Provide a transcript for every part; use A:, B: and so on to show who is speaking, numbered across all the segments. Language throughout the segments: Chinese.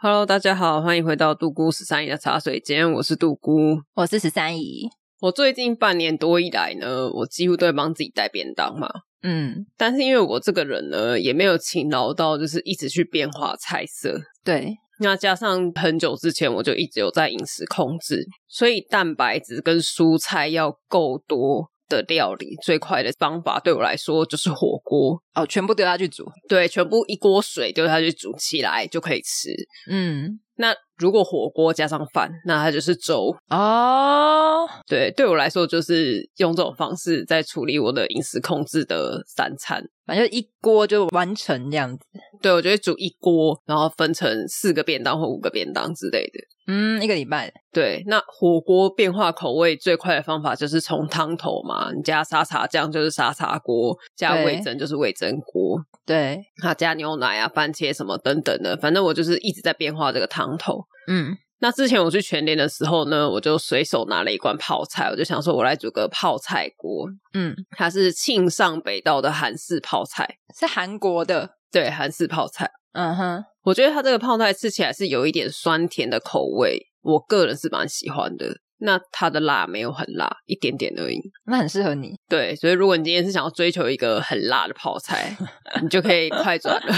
A: Hello，大家好，欢迎回到杜姑十三姨的茶水间，我是杜姑。
B: 我是十三姨。
A: 我最近半年多以来呢，我几乎都会帮自己带便当嘛，
B: 嗯，
A: 但是因为我这个人呢，也没有勤劳到就是一直去变化菜色，
B: 对，
A: 那加上很久之前我就一直有在饮食控制，所以蛋白质跟蔬菜要够多的料理，最快的方法对我来说就是火锅，
B: 哦，全部丢下去煮。
A: 对，全部一锅水丢下去煮起来就可以吃。
B: 嗯，
A: 那如果火锅加上饭，那它就是粥。
B: 哦，
A: 对，对我来说就是用这种方式在处理我的饮食控制的三餐。
B: 反正就一锅就完成这样子。
A: 对，我就会煮一锅，然后分成四个便当或五个便当之类的。
B: 嗯，一个礼拜。
A: 对，那火锅变化口味最快的方法就是从汤头嘛，你加沙茶酱就是沙茶锅，加
B: 对
A: 味噌就是味噌锅，
B: 对，
A: 啊，加牛奶啊、番茄什么等等的，反正我就是一直在变化这个汤头。
B: 嗯，
A: 那之前我去全联的时候呢，我就随手拿了一罐泡菜，我就想说我来煮个泡菜锅，
B: 嗯，
A: 它是庆尚北道的韩式泡菜，
B: 是韩国的。
A: 对，韩式泡菜。
B: 嗯哼，
A: 我觉得它这个泡菜吃起来是有一点酸甜的口味，我个人是蛮喜欢的。那它的辣没有很辣，一点点而已。
B: 那很适合 你。
A: 对，所以如果你今天是想要追求一个很辣的泡菜，你就可以快转了。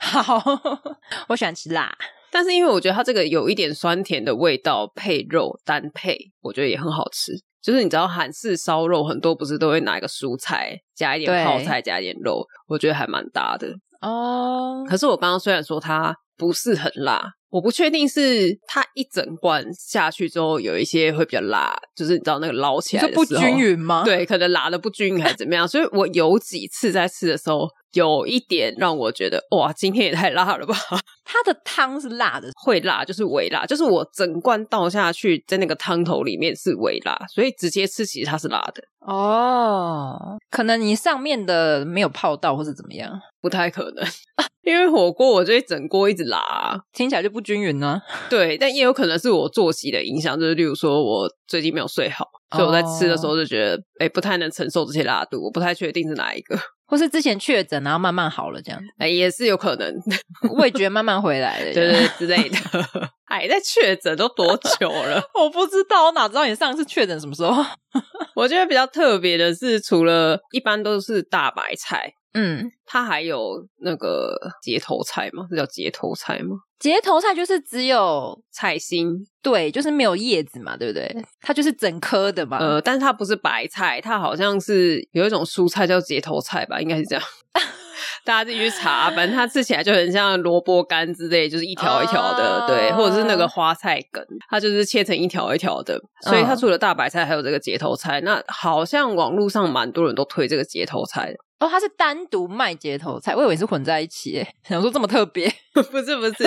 B: 好，我喜欢吃辣。
A: 但是因为我觉得它这个有一点酸甜的味道配肉单配，我觉得也很好吃。就是你知道韩式烧肉很多不是都会拿一个蔬菜加一点
B: 对
A: 泡菜加一点肉，我觉得还蛮搭的。
B: 哦，
A: 可是我刚刚虽然说它不是很辣，我不确定是它一整罐下去之后有一些会比较辣，就是你知道那个捞起
B: 你
A: 来
B: 说
A: 的
B: 不
A: 时候
B: 均、匀吗？，
A: 对，可能拉的不均匀还是怎么样，所以我有几次在吃的时候，有一点让我觉得哇，今天也太辣了吧，
B: 它的汤是辣的。
A: 会辣就是微辣，就是我整罐倒下去在那个汤头里面是微辣，所以直接吃其实它是辣的，
B: 哦，可能你上面的没有泡到，或是怎么样，
A: 不太可能， 因为火锅我就会整锅一直拉啊、
B: 听起来就不均匀呢、
A: 对，但也有可能是我作息的影响，就是例如说我最近没有睡好，所以我在吃的时候就觉得，哎、不太能承受这些辣度，我不太确定是哪一个，
B: 或是之前确诊，然后慢慢好了，这样
A: 哎、也是有可能，
B: 味觉慢慢回 来了。
A: 对对对之类的。哎，在确诊都多久了？
B: 我不知道，我哪知道你上次确诊什么时候？
A: 我觉得比较特别的是，除了一般都是大白菜，
B: 嗯，
A: 它还有那个节头菜吗？是叫节头菜吗？
B: 节头菜就是只有
A: 菜心，
B: 对，就是没有叶子嘛，对不对？它就是整颗的嘛。
A: 呃，但是它不是白菜，它好像是有一种蔬菜叫节头菜吧，应该是这 样。大家自己去查，反正它吃起来就很像萝卜干之类，就是一条一条的，
B: 啊
A: 对，或者是那个花菜梗，它就是切成一条一条的。所以它
B: 嗯
A: 除了大白菜，还有这个节头菜。那好像网络上蛮多人都推这个节头菜的，
B: 哦，它是单独卖节头菜，我以为是混在一起耶， 想说这么特别。
A: 不是不 是，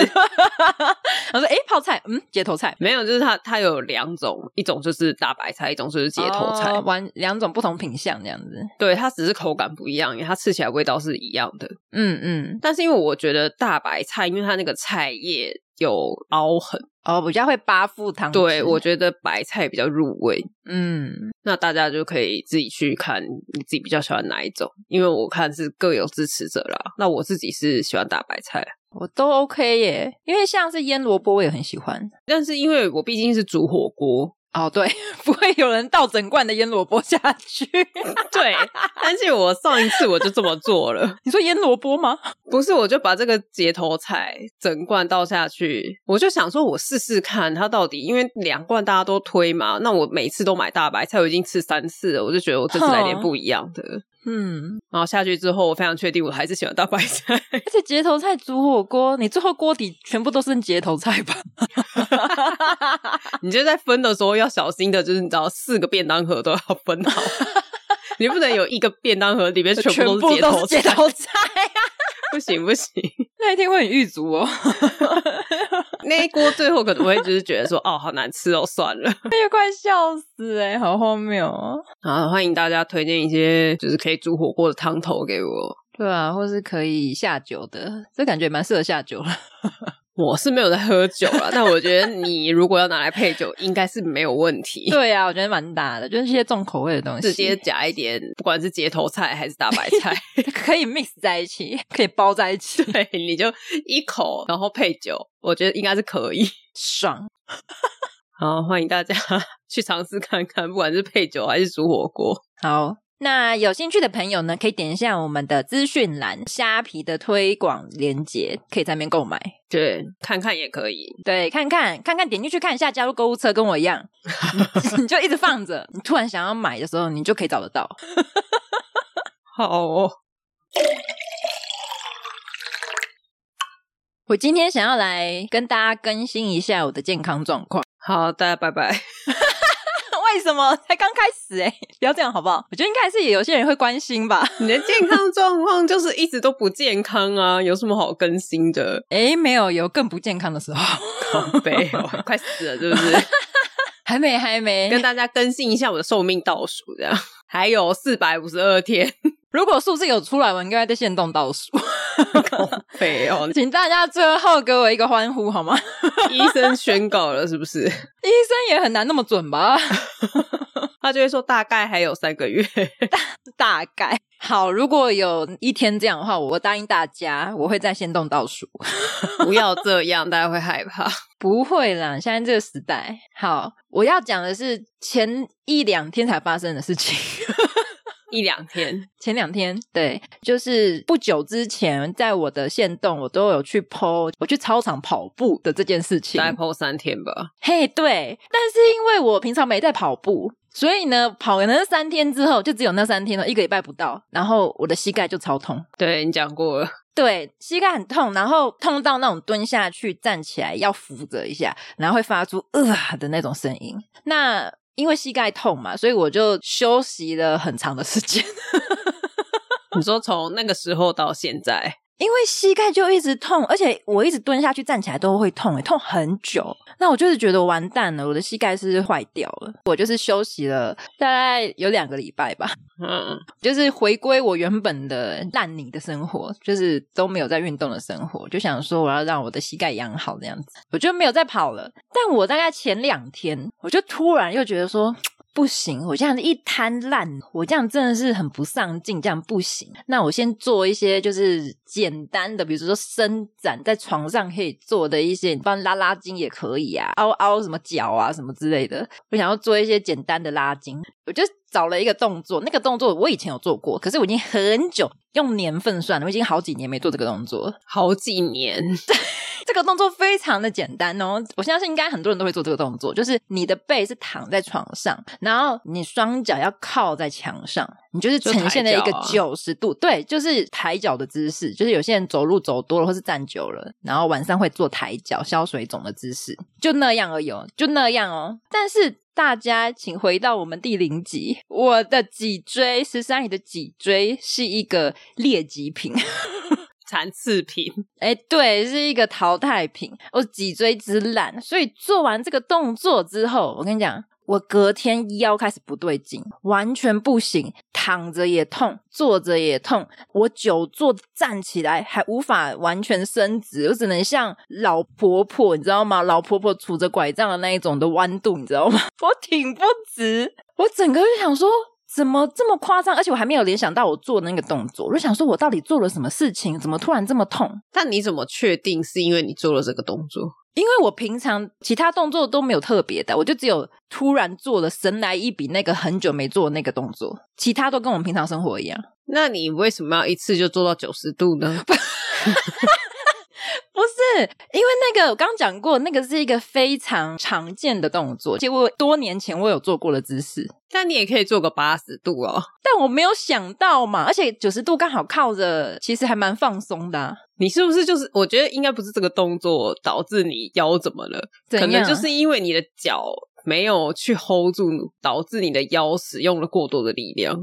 B: 我说，诶，泡菜，嗯，节头菜，
A: 没有，就是它它有两种，一种就是大白菜，一种就是节头菜。
B: 哦玩两种不同品相这样子。
A: 对，它只是口感不一样，它吃起来味道是一样的。
B: 嗯嗯，
A: 但是因为我觉得大白菜，因为它那个菜叶有凹痕，
B: 哦，比较会扒附汤汁。
A: 对我觉得白菜比较入味。
B: 嗯，
A: 那大家就可以自己去看你自己比较喜欢哪一种，因为我看是各有支持者啦。那我自己是喜欢大白菜，
B: 我都 OK 耶，因为像是腌萝卜我也很喜欢。
A: 但是因为我毕竟是煮火锅，
B: 哦，对， 不会有人倒整罐的腌萝卜下去。
A: 对，但是我上一次我就这么做了，
B: 你说腌萝卜吗？
A: 不是，我就把这个节头菜整罐倒下去，我就想说，我试试看它到底，因为两罐大家都推嘛，那我每次都买大白菜，我已经吃三次了，我就觉得我这次来点不一样的。
B: 嗯，
A: 然后下去之后，我非常确定我还是喜欢大白菜，
B: 而且节头菜煮火锅，你最后锅底全部都是节头菜 吧？
A: 你就在分的时候要小心的，就是你知道四个便当盒都要分 好，你不能有一个便当盒里面全部都是节头
B: 节
A: 菜，
B: 头菜啊！
A: 不行 不行，
B: 那一天会很狱卒哦，
A: 那一锅最后可能会就是觉得说哦好难吃哦算了
B: 哎呀，快笑死哎、好荒谬哦！
A: 啊，欢迎大家推荐一些就是可以煮火锅的汤头给我，
B: 对啊，或是可以下酒的，这感觉蛮适合下酒了。
A: 我是没有在喝酒了，但我觉得你如果要拿来配酒，应该是没有问题。
B: 对啊，我觉得蛮搭的，就是一些重口味的东西，
A: 直接夹一点，不管是街头菜还是大白 菜，
B: 可以 mix 在一起，可以包在一起，
A: 对，你就一口，然后配酒，我觉得应该是可以。
B: 爽。
A: 好，欢迎大家去尝试看看，不管是配酒还是煮火锅。
B: 好，那有兴趣的朋友呢，可以点一下我们的资讯栏虾皮的推广链接，可以在那边购买。
A: 对，看看也可以。
B: 对，看看看看，点进去看一下，加入购物车，跟我一样，你 就一直放着，你突然想要买的时候，你就可以找得到。
A: 好、哦，
B: 我今天想要来跟大家更新一下我的健康状况。
A: 好，大家拜拜。
B: 为什么才刚开始、欸？哎，不要这样好不好？我觉得应该还是有些人会关心吧。
A: 你的健康状况就是一直都不健康啊，有什么好更新的？
B: 哎、没有，有更不健康的时候，
A: 靠 背、哦，快死了是不是？
B: 还没，还没。
A: 跟大家更新一下我的寿命倒数，这样还有四百五十二天，
B: 如果数字有出来，我应该会在线动倒数， 。
A: 靠背哦
B: 请大家最后给我一个欢呼好吗？
A: 医生宣告了是不是？
B: 医生也很难那么准吧？
A: 他就会说大概还有三个月。
B: 大概 好，如果有一天这样的话，我答应大家，我会在线动倒数。
A: 不要这样，大家会害怕。
B: 不会啦，现在这个时代，好，我要讲的是前一两天才发生的事情。
A: 一两天，
B: 前两天，对，就是不久之前，在我的线动，我都有去 PO 我去操场跑步的这件事情。
A: 大概剖三天吧。
B: 嘿对，但是因为我平常没在跑步，所以呢，跑了那三天之后，就只有那三天了，一个礼拜不到，然后我的膝盖就超痛，
A: 对你讲过了，
B: 对，膝盖很痛，然后痛到那种蹲下去、站起来要扶着一下，然后会发出呃啊的那种声音。那因为膝盖痛嘛，所以我就休息了很长的时间。
A: 你说从那个时候到现在，
B: 因为膝盖就一直痛，而且我一直蹲下去站起来都会痛，欸诶痛很久。那我就是觉得完蛋了，我的膝盖是不是坏掉了。我就是休息了大概有两个礼拜吧，
A: 嗯，
B: 就是回归我原本的烂泥的生活，就是都没有在运动的生活，就想说我要让我的膝盖养好这样子，我就没有再跑了。但我大概前两天，我就突然又觉得说。不行，我这样子一摊烂，我这样真的是很不上进，这样不行。那我先做一些就是简单的，比如说伸展，在床上可以做的一些，你帮拉拉筋也可以啊，凹凹什么脚啊什么之类的。我想要做一些简单的拉筋，我就找了一个动作，那个动作我以前有做过，可是我已经很久用年份算了，我已经好几年没做这个动作了。
A: 好几年，
B: 这个动作非常的简单哦，我相信应该很多人都会做这个动作，就是你的背是躺在床上，然后你双脚要靠在墙上，你就是呈现了一个
A: 就抬脚啊
B: 九十度，对，就是抬脚的姿势。就是有些人走路走多了或是站久了，然后晚上会做抬脚消水肿的姿势，就那样而已哦，就那样哦。但是大家请回到我们第零集，我的脊椎十三姨的脊椎是一个劣疾品。
A: 残次品，
B: 哎，对，是一个淘汰品。我脊椎之烂，所以做完这个动作之后，我跟你讲，我隔天腰开始不对劲，完全不行，躺着也痛，坐着也痛。我久坐站起来还无法完全伸直，我只能像老婆婆，你知道吗？老婆婆杵着拐杖的那一种的弯度，你知道吗？ 我挺不直，我整个就想说。怎么这么夸张？而且我还没有联想到我做的那个动作，我就想说，我到底做了什么事情？怎么突然这么痛？
A: 但你怎么确定是因为你做了这个动作？
B: 因为我平常其他动作都没有特别的，我就只有突然做了神来一笔那个很久没做的那个动作，其他都跟我们平常生活一样。
A: 那你为什么要一次就做到九十度呢？
B: 不是，因为那个我刚讲过，那个是一个非常常见的动作，结果多年前我有做过的姿势，
A: 但你也可以做个八十度哦。
B: 但我没有想到嘛，而且九十度刚好靠着，其实还蛮放松的啊、
A: 你是不是就是？我觉得应该不是这个动作导致你腰怎么了，
B: 怎
A: 可能
B: 样
A: 就是因为你的脚没有去 hold 住，导致你的腰使用了过多的力量。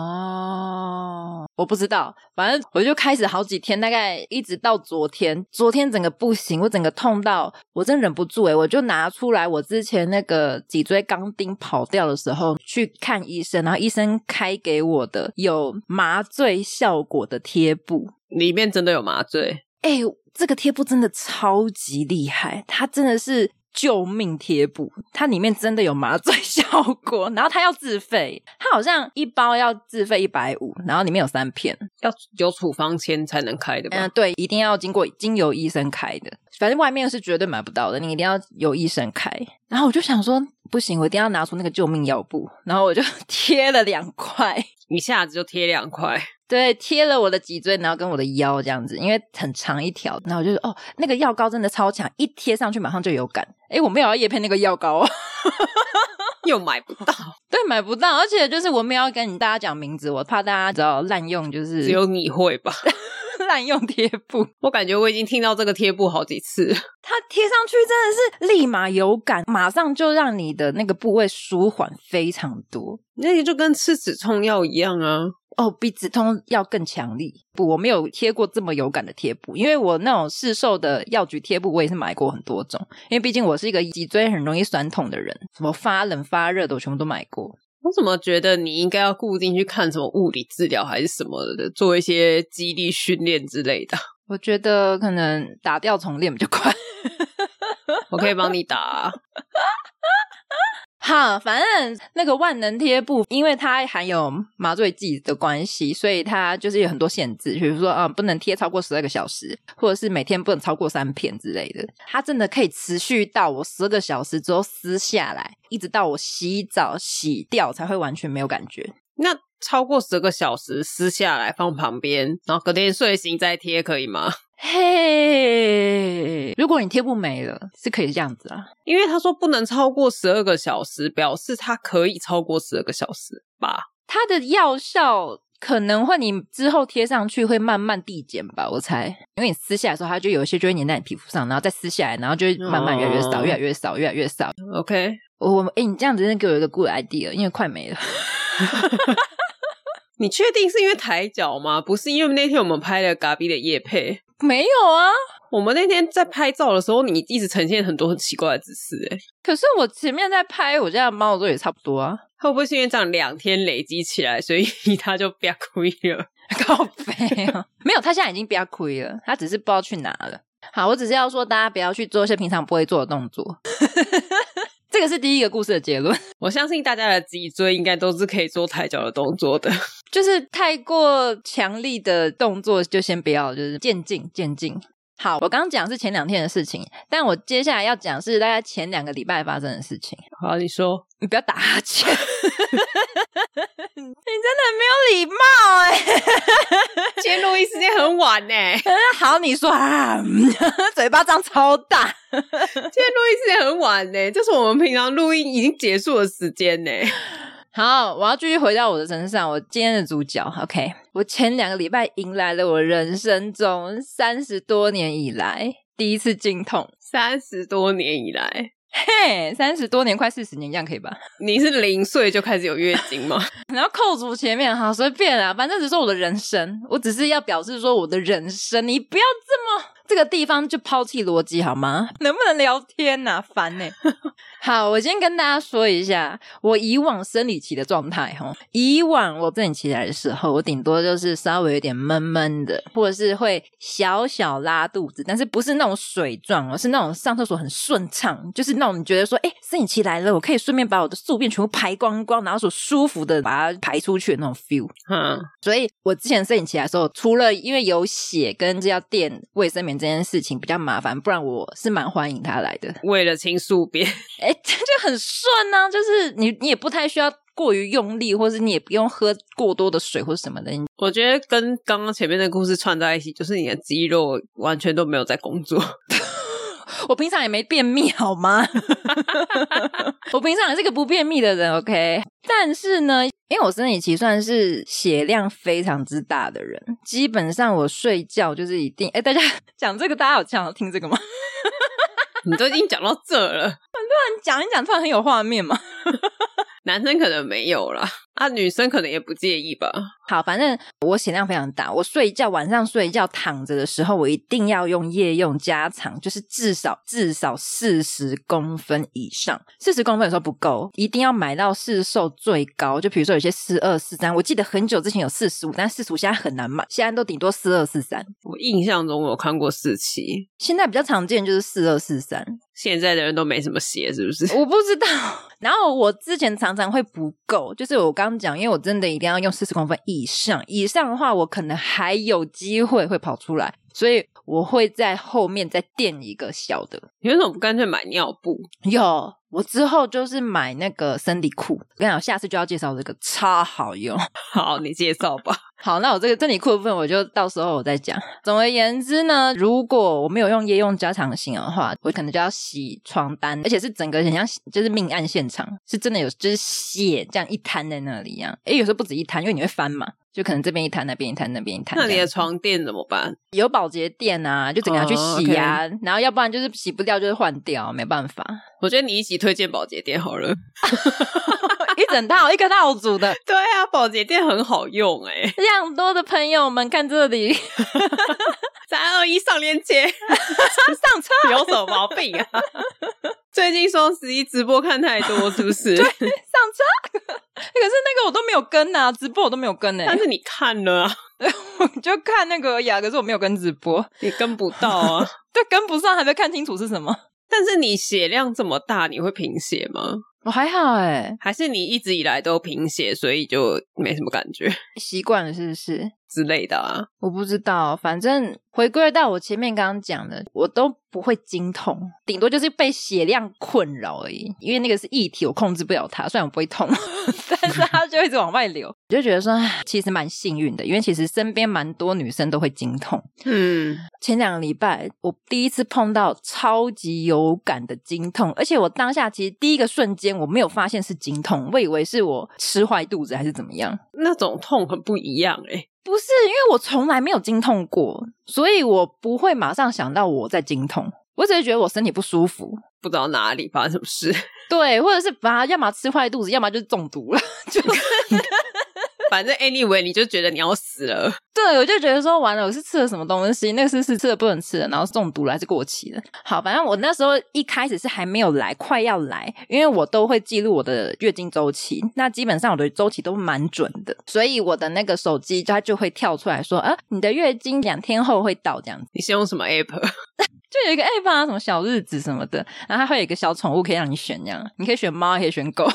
B: 哦，我不知道，反正我就开始好几天，大概一直到昨天，昨天整个不行，我整个痛到我真忍不住哎诶、我就拿出来我之前那个脊椎钢钉跑掉的时候去看医生，然后医生开给我的有麻醉效果的贴布，
A: 里面真的有麻醉，
B: 诶、哎这个贴布真的超级厉害，它真的是。救命贴布，它里面真的有麻醉效果，然后它要自费，它好像一包要自费一百五，然后里面有三片，
A: 要有处方签才能开的吧？
B: 嗯、对，一定要经过经由医生开的，反正外面是绝对买不到的，你一定要由医生开。然后我就想说，不行，我一定要拿出那个救命药布，然后我就 贴了两块，
A: 一下子就贴两块，
B: 对，贴了我的脊椎，然后跟我的腰这样子，因为很长一条，然后我就说，哦，那个药膏真的超强，一贴上去马上就有感。诶，我没有要叶配那个药膏哦，
A: 又买不到，
B: 对，买不到，而且就是我没有要跟大家讲名字，我怕大家只要滥用， 就是
A: 只有你会吧？
B: 滥用贴布。
A: 我感觉我已经听到这个贴布好几次了，
B: 它贴上去真的是立马有感，马上就让你的那个部位舒缓非常多。
A: 那个就跟吃止痛药一样啊。
B: 哦，比止痛药更强力。不，我没有贴过这么有感的贴布，因为我那种市售的药局贴布，我也是买过很多种。因为毕竟我是一个脊椎很容易酸痛的人，什么发冷发热的，我全部都买过。
A: 我怎么觉得你应该要固定去看什么物理治疗还是什么的，做一些肌力训练之类的？
B: 我觉得可能打掉重练比较快。
A: 我可以帮你打啊、
B: 哈，反正那个万能贴布，因为它含有麻醉剂的关系，所以它就是有很多限制，比如说啊、不能贴超过十二个小时，或者是每天不能超过三片之类的。它真的可以持续到我十二个小时之后撕下来，一直到我洗澡洗掉才会完全没有感觉。
A: 那超过十个小时撕下来放旁边，然后隔天睡醒再贴，可以吗？
B: 嘿，如果你贴布没了，是可以这样子啊。
A: 因为他说不能超过十二个小时，表示它可以超过十二个小时吧？
B: 它的药效可能会你之后贴上去会慢慢递减吧，我猜，因为你撕下来的时候，它就有一些就会粘在你皮肤上，然后再撕下来，然后就会慢慢越来越少，
A: 哦
B: 越来越少，越来越少。
A: OK，
B: 我我哎，你这样子真的给我一个 good idea，因为快没了。
A: 你确定是因为抬脚吗？不是，因为那天我们拍了嘎比的夜配，
B: 没有啊，
A: 我们那天在拍照的时候，你一直呈现很多很奇怪的姿势、欸，
B: 可是我前面在拍我家的猫的时候也差不多啊，
A: 会不会是因为这样两天累积起来，所以 它就不要哭了？
B: 靠背啊，没有，它现在已经不要亏了，它只是不知道去哪了。好，我只是要说大家不要去做一些平常不会做的动作， 这个是第一个故事的结论。
A: 我相信大家的脊椎应该都是可以做抬脚的动作的。
B: 就是太过强力的动作就先不要，就是渐进渐进。好，我刚刚讲是前两天的事情，但我接下来要讲是大概前两个礼拜发生的事情。
A: 好，你说
B: 你不要打哈欠，你真的很没有礼貌哎、
A: 今天录音时间很晚呢、
B: 好，你说啊，嗯 嘴巴张超大，
A: 今天录音时间很晚呢、这是我们平常录音已经结束的时间呢、
B: 好，我要继续回到我的身上，我今天的主角。OK，我前两个礼拜迎来了我人生中三十多年以来第一次经痛。
A: 三十多年以来，
B: 嘿，三十多年，快四十年，这样可以吧？
A: 你是零岁就开始有月经吗？
B: 然后扣除前面，好随便啦，反正只是我的人生，我只是要表示说我的人生，你不要 这么这个地方就抛弃逻辑好吗？能不能聊天呐、烦呢、欸 好，我先跟大家说一下我以往生理期的状态哈。以往我生理期来的时候，我顶多就是稍微有点闷闷的，或者是会小小拉肚子，但是不是那种水状哦，是那种上厕所很顺畅，就是那种你觉得说，哎、生理期来了，我可以顺便把我的宿便全部排光光，然后所舒服的把它排出去的那种 feel。
A: 嗯，
B: 所以我之前摄影起来的时候，除了因为有血跟要垫卫生棉这件事情比较麻烦，不然我是蛮欢迎他来的。
A: 为了清宿便，
B: 哎，这就很顺啊，就是你你也不太需要过于用力，或是你也不用喝过多的水或什么的。你
A: 我觉得跟刚刚前面的故事串在一起，就是你的肌肉完全都没有在工作。
B: 我平常也没便秘好吗？ 我平常也是个不便秘的人，OK。但是呢，因为我生理期算是血量非常之大的人，基本上我睡觉就是一定。哎，大家 讲这个，大家有想要听这个吗？
A: 你都已经讲到这了，
B: 讲一讲，突然很有画面嘛。
A: 男生可能没有啦， 啊，女生可能也不介意吧。
B: 好，反正我血量非常大。我睡觉晚上睡觉躺着的时候，我一定要用夜用加长，就是至少至少四十公分以上。四十公分有时候不够，一定要买到市售最高。就比如说有些四二四三，我记得很久之前有四十五，但四十五现在很难买，现在都顶多四二四三。
A: 我印象中我有看过四期，
B: 现在比较常见就是四二四三，
A: 现在的人都没什么鞋，是不是？
B: 我不知道。然后我之前常常会不够，就是我刚刚讲，因为我真的一定要用四十公分以上，以上的话我可能还有机会会跑出来，所以我会在后面再垫一个小的。
A: 你为什么不干脆买尿布？
B: 有，我之后就是买那个生理裤，我跟你讲，下次就要介绍这个，超好用。
A: 好，你介绍吧。
B: 好，那我这个生理裤的部分，我就到时候我再讲。总而言之呢，如果我没有用夜用加长型的话，我可能就要洗床单，而且是整个很像就是命案现场，是真的有就是血这样一滩在那里一样。诶，有时候不止一滩，因为你会翻嘛，就可能这边一滩，那边一滩，那边一滩这
A: 那
B: 样子。
A: 你的床垫怎么办？
B: 有保洁店啊，就整个拿去洗呀、然后要不然就是洗不掉就是换掉，没办法，
A: 我觉得你一起推荐保洁垫好了。
B: 一整套一个套组的。
A: 对啊，保洁垫很好用哎、欸，
B: 量多的朋友们看这里，
A: 三二一上链接，
B: 上车
A: 有什么毛病啊？最近双十一直播看太多是不是？对，
B: 上车。可是那个我都没有跟啊，直播我都没有跟呢、
A: 但是你看了啊，
B: 我 就看那个雅，可是我没有跟直播，
A: 你跟不到啊。
B: 对，跟不上，还没看清楚是什么。
A: 但是你血量这么大，你会贫血吗？
B: 我还好哎、
A: 还是你一直以来都贫血，所以就没什么感觉
B: 习惯了是不是？
A: 之类的啊？
B: 我不知道，反正回归到我前面刚刚讲的，我都不会经痛，顶多就是被血量困扰而已。因为那个是液体，我控制不了它，虽然我不会痛， 但是它就一直往外流。 我就觉得说，唉其实蛮幸运的，因为其实身边蛮多女生都会经痛。
A: 嗯，
B: 前两个礼拜，我第一次碰到超级有感的经痛，而且我当下其实第一个瞬间我没有发现是经痛，我以为是我吃坏肚子还是怎么样。
A: 那种痛很不一样哎、
B: 不是，因为我从来没有经痛过，所以我不会马上想到我在经痛，我只是觉得我身体不舒服，
A: 不知道哪里发生什么事，
B: 对，或者是把它要么吃坏肚子，要么就是中毒了， 就
A: 反正 anyway 你就觉得你要死了，
B: 对，我就觉得说完了，我是吃了什么东西？那个是是吃了不能吃的，然后中毒了还是过期了？好，反正我那时候一开始是还没有来，快要来，因为我都会记录我的月经周期，那基本上我的周期都蛮准的，所以我的那个手机它就会跳出来说，啊，你的月经两天后会到这样子，
A: 你是用什么 app？
B: 就有一个 app 啊，什么小日子什么的，然后它会有一个小宠物可以让你选，这样你可以选猫，也可以选狗。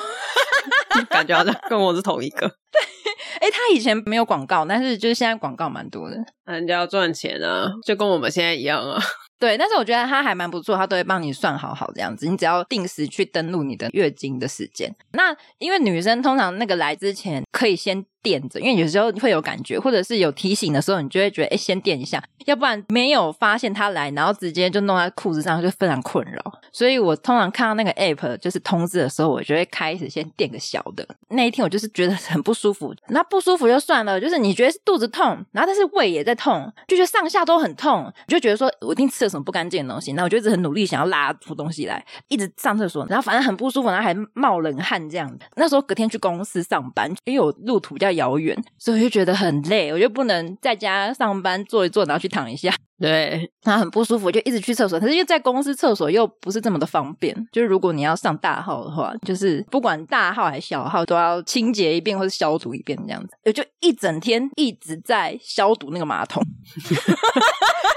A: 感觉好像跟我是同一个，
B: 诶，它以前没有广告，但是就是现在广告蛮多的。
A: 那人家要赚钱啊，就跟我们现在一样啊。
B: 对，但是我觉得它还蛮不错，它都会帮你算好好这样子，你只要定时去登录你的月经的时间。那因为女生通常那个来之前可以先垫着，因为有时候会有感觉，或者是有提醒的时候，你就会觉得哎、诶先垫一下，要不然没有发现它来，然后直接就弄在裤子上，就非常困扰。所以我通常看到那个 app 就是通知的时候，我就会开始先垫个小的。那一天我就是觉得很不舒服，那不舒服就算了，就是你觉得是肚子痛，然后但是胃也在痛，就觉得上下都很痛，你就觉得说我一定吃了什么不干净的东西。那我就一直很努力想要拉出东西来，一直上厕所，然后反正很不舒服，然后还冒冷汗这样。那时候隔天去公司上班，因为我路途比较遥远，所以我就觉得很累，我就不能在家上班坐一坐，然后去躺一下。
A: 对，
B: 然后很不舒服，就一直去厕所。可是因为在公司厕所又不是这么的方便，就是如果你要上大号的话，就是不管大号还是小号，都要清洁一遍或是消毒一遍这样子。我就一整天一直在消毒那个马桶，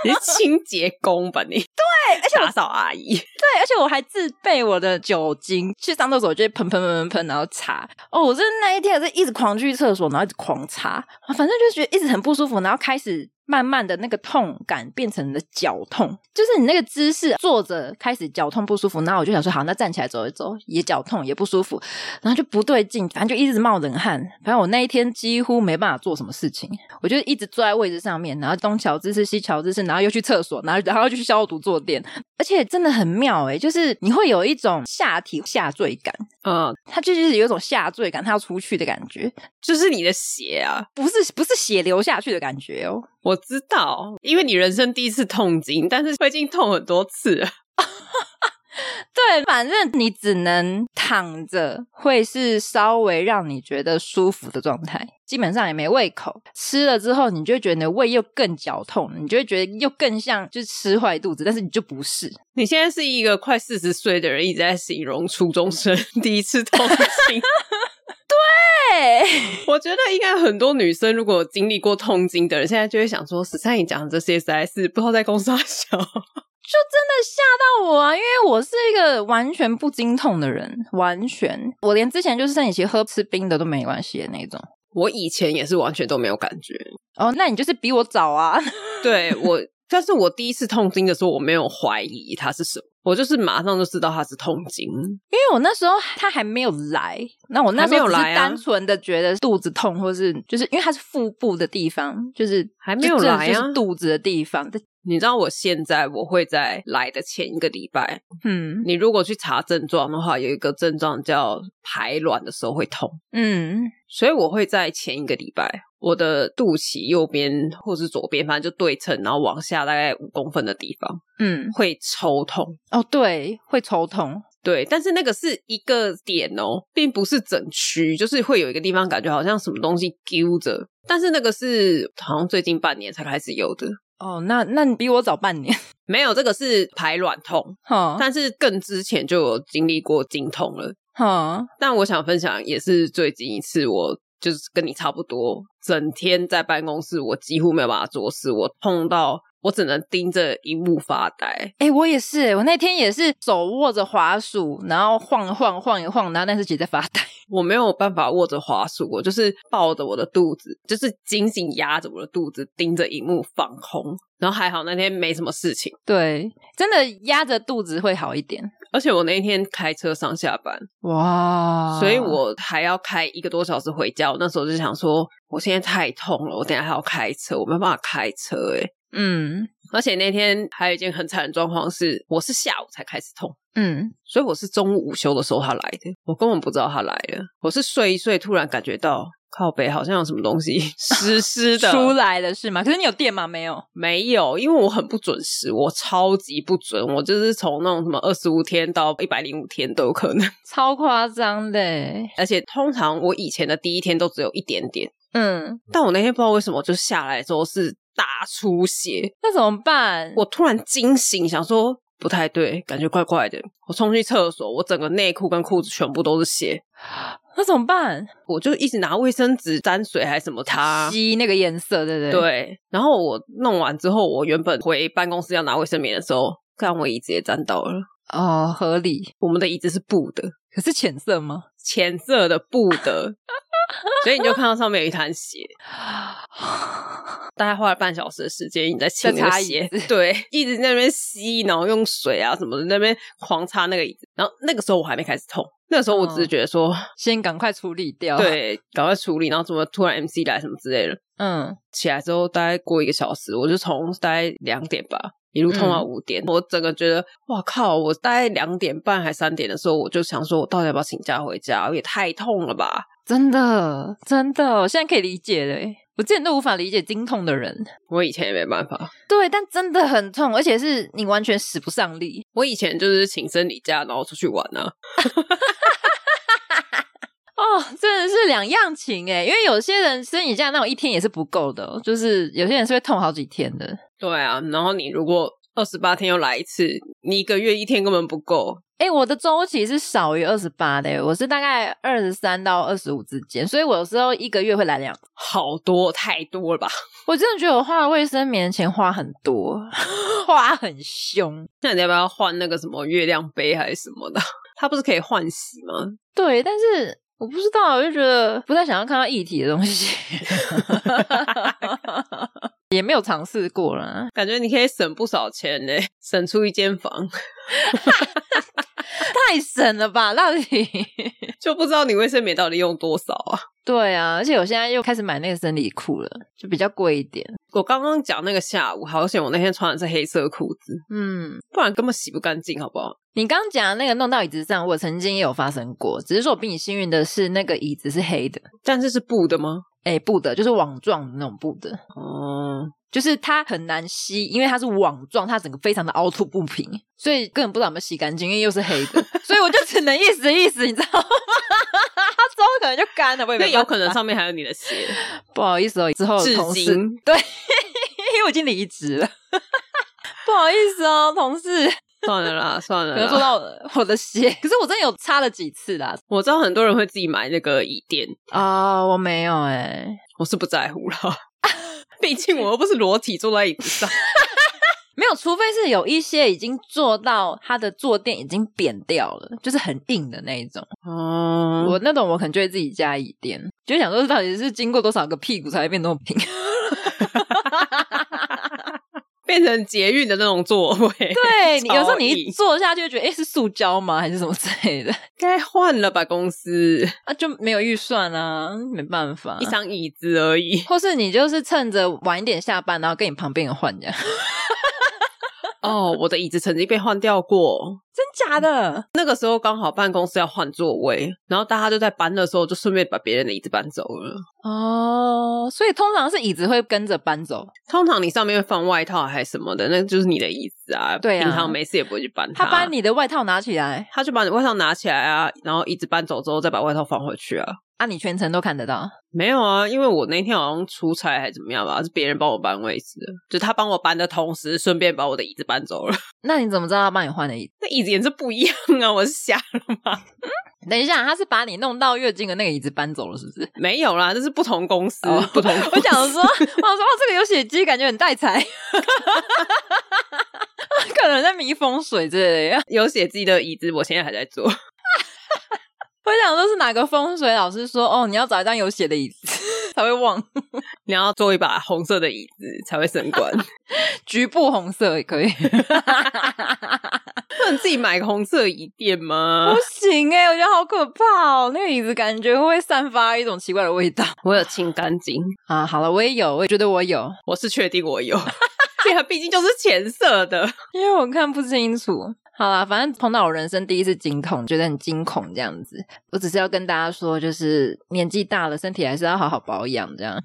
A: 你是清洁工吧你？
B: 对，哎而且我
A: 打扫阿姨，
B: 对，而且我还自备我的酒精，去上厕所就会喷喷喷喷喷，然后擦。哦，我真的那一天我是一直狂去厕所，然后一直狂擦，反正就觉得一直很不舒服，然后开始。慢慢的那个痛感变成了绞痛，就是你那个姿势坐着开始绞痛不舒服，然后我就想说好，那站起来走一走也绞痛也不舒服，然后就不对劲，反正就一直冒冷汗，反正我那一天几乎没办法做什么事情，我就一直坐在位置上面，然后东瞧姿势西瞧姿势，然后又去厕所，然后然后又去消毒坐垫，而且真的很妙诶、就是你会有一种下体下坠感，
A: 嗯，
B: 它就是有一种下坠感，它要出去的感觉，
A: 就是你的鞋啊，
B: 不是不是血流下去的感觉哦。
A: 我知道，因为你人生第一次痛经，但是我已经痛很多次了。
B: 对，反正你只能躺着，会是稍微让你觉得舒服的状态。基本上也没胃口，吃了之后你就会觉得你的胃又更绞痛，你就会觉得又更像就是吃坏肚子，但是你就不是。
A: 你现在是一个快四十岁的人，一直在形容初中生 第一次痛经。
B: 对，
A: 我觉得应该很多女生如果有经历过痛经的人，现在就会想说，史灿你讲的这些实在是不知道在公司大小。
B: 就真的吓到我啊！因为我是一个完全不经痛的人，完全我连之前就是生理期喝吃冰的都没关系的那种。
A: 我以前也是完全都没有感觉，
B: 哦，那你就是比我早啊！
A: 对我，但是我第一次痛经的时候，我没有怀疑它是什么，我就是马上就知道它是痛经。
B: 因为我那时候他还没有来，那我那时候只
A: 还
B: 是
A: 没有来啊
B: 单纯的觉得肚子痛，或是就是因为它是腹部的地方，就是
A: 还没有
B: 就真的
A: 来啊
B: 就是肚子的地方。但
A: 你知道我现在我会在来的前一个礼拜，
B: 嗯
A: 你如果去查症状的话，有一个症状叫排卵的时候会痛，
B: 嗯，
A: 所以我会在前一个礼拜，我的肚脐右边或是左边，反正就对称，然后往下大概五公分的地方
B: 嗯，
A: 会抽痛。
B: 哦，对，会抽痛，
A: 对，但是那个是一个点哦，并不是整区，就是会有一个地方感觉好像什么东西揪着，但是那个是好像最近半年才开始有的，
B: 哦，那那你比我早半年，
A: 没有这个是排卵痛，
B: 哈
A: 但是更之前就有经历过经痛了。
B: 哈，
A: 但我想分享也是最近一次，我就是跟你差不多，整天在办公室，我几乎没有办法做事，我痛到我只能盯着荧幕发呆。
B: 哎、我也是、我那天也是手握着滑鼠，然后晃一晃晃一晃，然后但是姐在发呆。
A: 我没有办法握着滑鼠，我就是抱着我的肚子，就是紧紧压着我的肚子，盯着荧幕放空。然后还好那天没什么事情，
B: 对，真的压着肚子会好一点。
A: 而且我那一天开车上下班，
B: 哇
A: 所以我还要开一个多小时回家。我那时候就想说，我现在太痛了，我等一下还要开车，我没有办法开车诶、欸
B: 嗯
A: 而且那天还有一件很惨的状况是，我是下午才开始痛，
B: 嗯，
A: 所以我是中午午休的时候他来的，我根本不知道他来了。我是睡一睡，突然感觉到靠背好像有什么东 西湿湿的，
B: 出来了是吗？可是你有电吗？没有。
A: 没有，因为我很不准时，我超级不准，我就是从那种什么二十五天到一百零五天都有可能。
B: 超夸张的欸，
A: 而且通常我以前的第一天都只有一点点，
B: 嗯，
A: 但我那天不知道为什么就下来之后是大出血，
B: 那怎么办？
A: 我突然惊醒，想说不太对，感觉怪怪的。我冲去厕所，我整个内裤跟裤子全部都是血，
B: 那怎么办？
A: 我就一直拿卫生纸沾水还是什么擦。
B: 吸那个颜色，对不对？，
A: 啊对，然后我弄完之后，我原本回办公室要拿卫生棉的时候，看我椅子也沾到了。
B: 哦，合理。
A: 我们的椅子是布的，
B: 可是浅色吗？
A: 浅色的布的， 所以你就看到上面有一滩血。大概花了半小时的时间，你在清
B: 在
A: 那个
B: 擦
A: 鞋
B: 椅 子，
A: 对，一直在那边吸，然后用水啊什么的那边狂擦那个椅子。然后那个时候我还没开始痛，那个时候我只是觉得说，
B: 先赶快处理掉。，
A: 对，赶快处理，然后怎么突然 MC 来什么之类的。
B: 嗯，
A: 起来之后大概过一个小时，我就从大概两点吧。一路痛到
B: 嗯
A: 五点，我整个觉得，哇靠！我大概两点半还三点的时候，我就想说，我到底要不要请假回家？我也太痛了吧！
B: 真的，真的，我现在可以理解了欸。我之前都无法理解经痛的人，
A: 我以前也没办法，
B: 对，但真的很痛，而且是你完全使不上力。
A: 我以前就是请生理假，然后出去玩啊。
B: 哦，真的是两样情哎，因为有些人身体这样那种一天也是不够的哦，就是有些人是会痛好几天的。
A: 对啊，然后你如果二十八天又来一次，你一个月一天根本不够。
B: 哎、我的周期是少于二十八的耶，我是大概二十三到二十五之间，所以我有时候一个月会来两次。
A: 好多太多了吧？
B: 我真的觉得我花了卫生棉的钱花很多， 花很凶。
A: 那你要不要换那个什么月亮杯还是什么的？ 它不是可以换洗吗？
B: 对，但是我不知道，我就觉得不太想要看到液体的东西， 也没有尝试过啦。
A: 感觉你可以省不少钱呢，省出一间房，
B: 太省了吧，到底？
A: 就不知道你卫生棉到底用多少啊？
B: 对啊，而且我现在又开始买那个生理裤了，就比较贵一点。
A: 我刚刚讲那个下午，好险我那天穿的是黑色裤子，
B: 嗯，
A: 不然根本洗不干净，好不好？
B: 你刚刚讲的那个弄到椅子上，我曾经也有发生过，只是说我比你幸运的是那个椅子是黑的，
A: 但是是布的吗？
B: 哎，布的，就是网状的那种布的。
A: 哦，
B: 就是它很难吸，因为它是网状，它整个非常的凹凸不平，所以根本不知道有没有洗干净，因为又是黑的，所以我就只能意思意思，你知道吗？ 之后可能就干了，我也
A: 那
B: 没办
A: 有
B: 法
A: 可能上面还有你的鞋，
B: 不好意思哦，之后的
A: 至
B: 同事
A: 今
B: 对，因为我已经离职了， 不好意思哦，同事
A: 算了啦，算了
B: 可能做
A: 啦。
B: 到 我的鞋，可是我真的有擦了几次啦，
A: 我知道很多人会自己买那个椅垫，
B: 啊、我没有哎、
A: 我是不在乎啦， 毕竟我又不是裸体坐在椅子上。
B: 没有，除非是有一些已经做到它的坐垫已经扁掉了，就是很硬的那一种。
A: 哦
B: 我那种我可能就会自己加椅垫，就想说到底是经过多少个屁股才会变那么平？
A: 变成捷运的那种座位，对，
B: 对，你有时候
A: 超
B: 你一
A: 硬
B: 坐下去就觉得，哎、是塑胶吗？还是什么之类的？
A: 该换了吧？公司
B: 啊，就没有预算啊，没办法。
A: 一。张椅子而已
B: 或是你就是趁着晚一点下班，然后跟你旁边人换这样，
A: 哦，我的椅子曾经被换掉过，
B: 真假的？
A: 那个时候刚好办公室要换座位，然后大家就在搬的时候，就顺便把别人的椅子搬走了。
B: 哦，所以通常是椅子会跟着搬走，
A: 通常你上面会放外套还是什么的，那就是你的椅子啊。
B: 对啊
A: 平常没事也不会去搬它。
B: 他把，你的外套拿起来，
A: 他就把你外套拿起来啊，然后椅子搬走之后再把外套放回去啊。
B: 啊，你全程都看得到。
A: 没有啊，因为我那天好像出差还是怎么样吧，是别人帮我搬位置的，就他帮我搬的同时，顺便把我的椅子搬走了。
B: 那你怎么知道他帮你换的椅子？
A: 那椅子颜色不一样啊，我是瞎了吗？
B: 等一下，他是把你弄到月经的那个椅子搬走了，是不是？
A: 没有啦，这是不同公司，
B: 哦
A: 不同公司。
B: 我想 说，我想说，哇，这个有血迹，感觉很带财。 可能在迷风水之类的。
A: 有写自己的椅子，我现在还在做。
B: 我想说，是哪个风水老师说，哦，你要找一张有血的椅子 才会旺，
A: 你要做一把红色的椅子才会升 官，
B: 局部红色也可以。
A: 不能自己买个红色椅垫吗
B: 不？行哎、我觉得好可怕哦，那个椅子感觉会散发一种奇怪的味道
A: 我有清干净，
B: 啊。好了，我也有，我也觉得我有，
A: 我是确定我有。 对啊，毕竟就是浅色的。
B: 因为我看不清楚。好啦，反正碰到我人生第一次惊恐，觉得很惊恐这样子。我只是要跟大家说，就是年纪大了，身体还是要好好保养这样。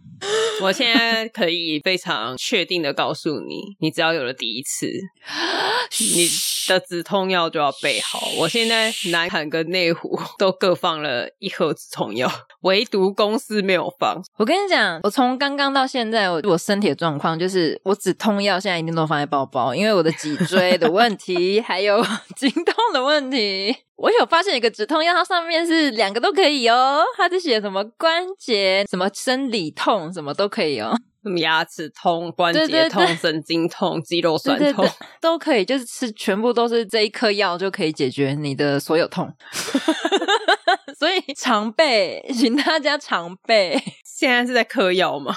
A: 我现在可以非常确定的告诉你，你只要有了第一 次，你的止痛药就要备好。我现在南坎跟内湖 都各放了一盒止痛药，唯独公司没有放。
B: 我跟你讲，我从刚刚到现在，我我身体的状况就是，我止痛药现在一定都放在包包，因为我的脊椎的问题，还有 颈痛的问题。我有发现一个止痛药，它上面是两个都可以哦，它就写什么关节、什么生理痛，什么都可以哦，
A: 什么牙齿痛、关
B: 对对
A: 节痛、
B: 对
A: 神经痛、肌肉酸
B: 对
A: 痛
B: 对对，都可以，就是吃全部都是这一颗药就可以解决你的所有痛。 所以 常备，请大家常备。
A: 现在是在嗑药吗？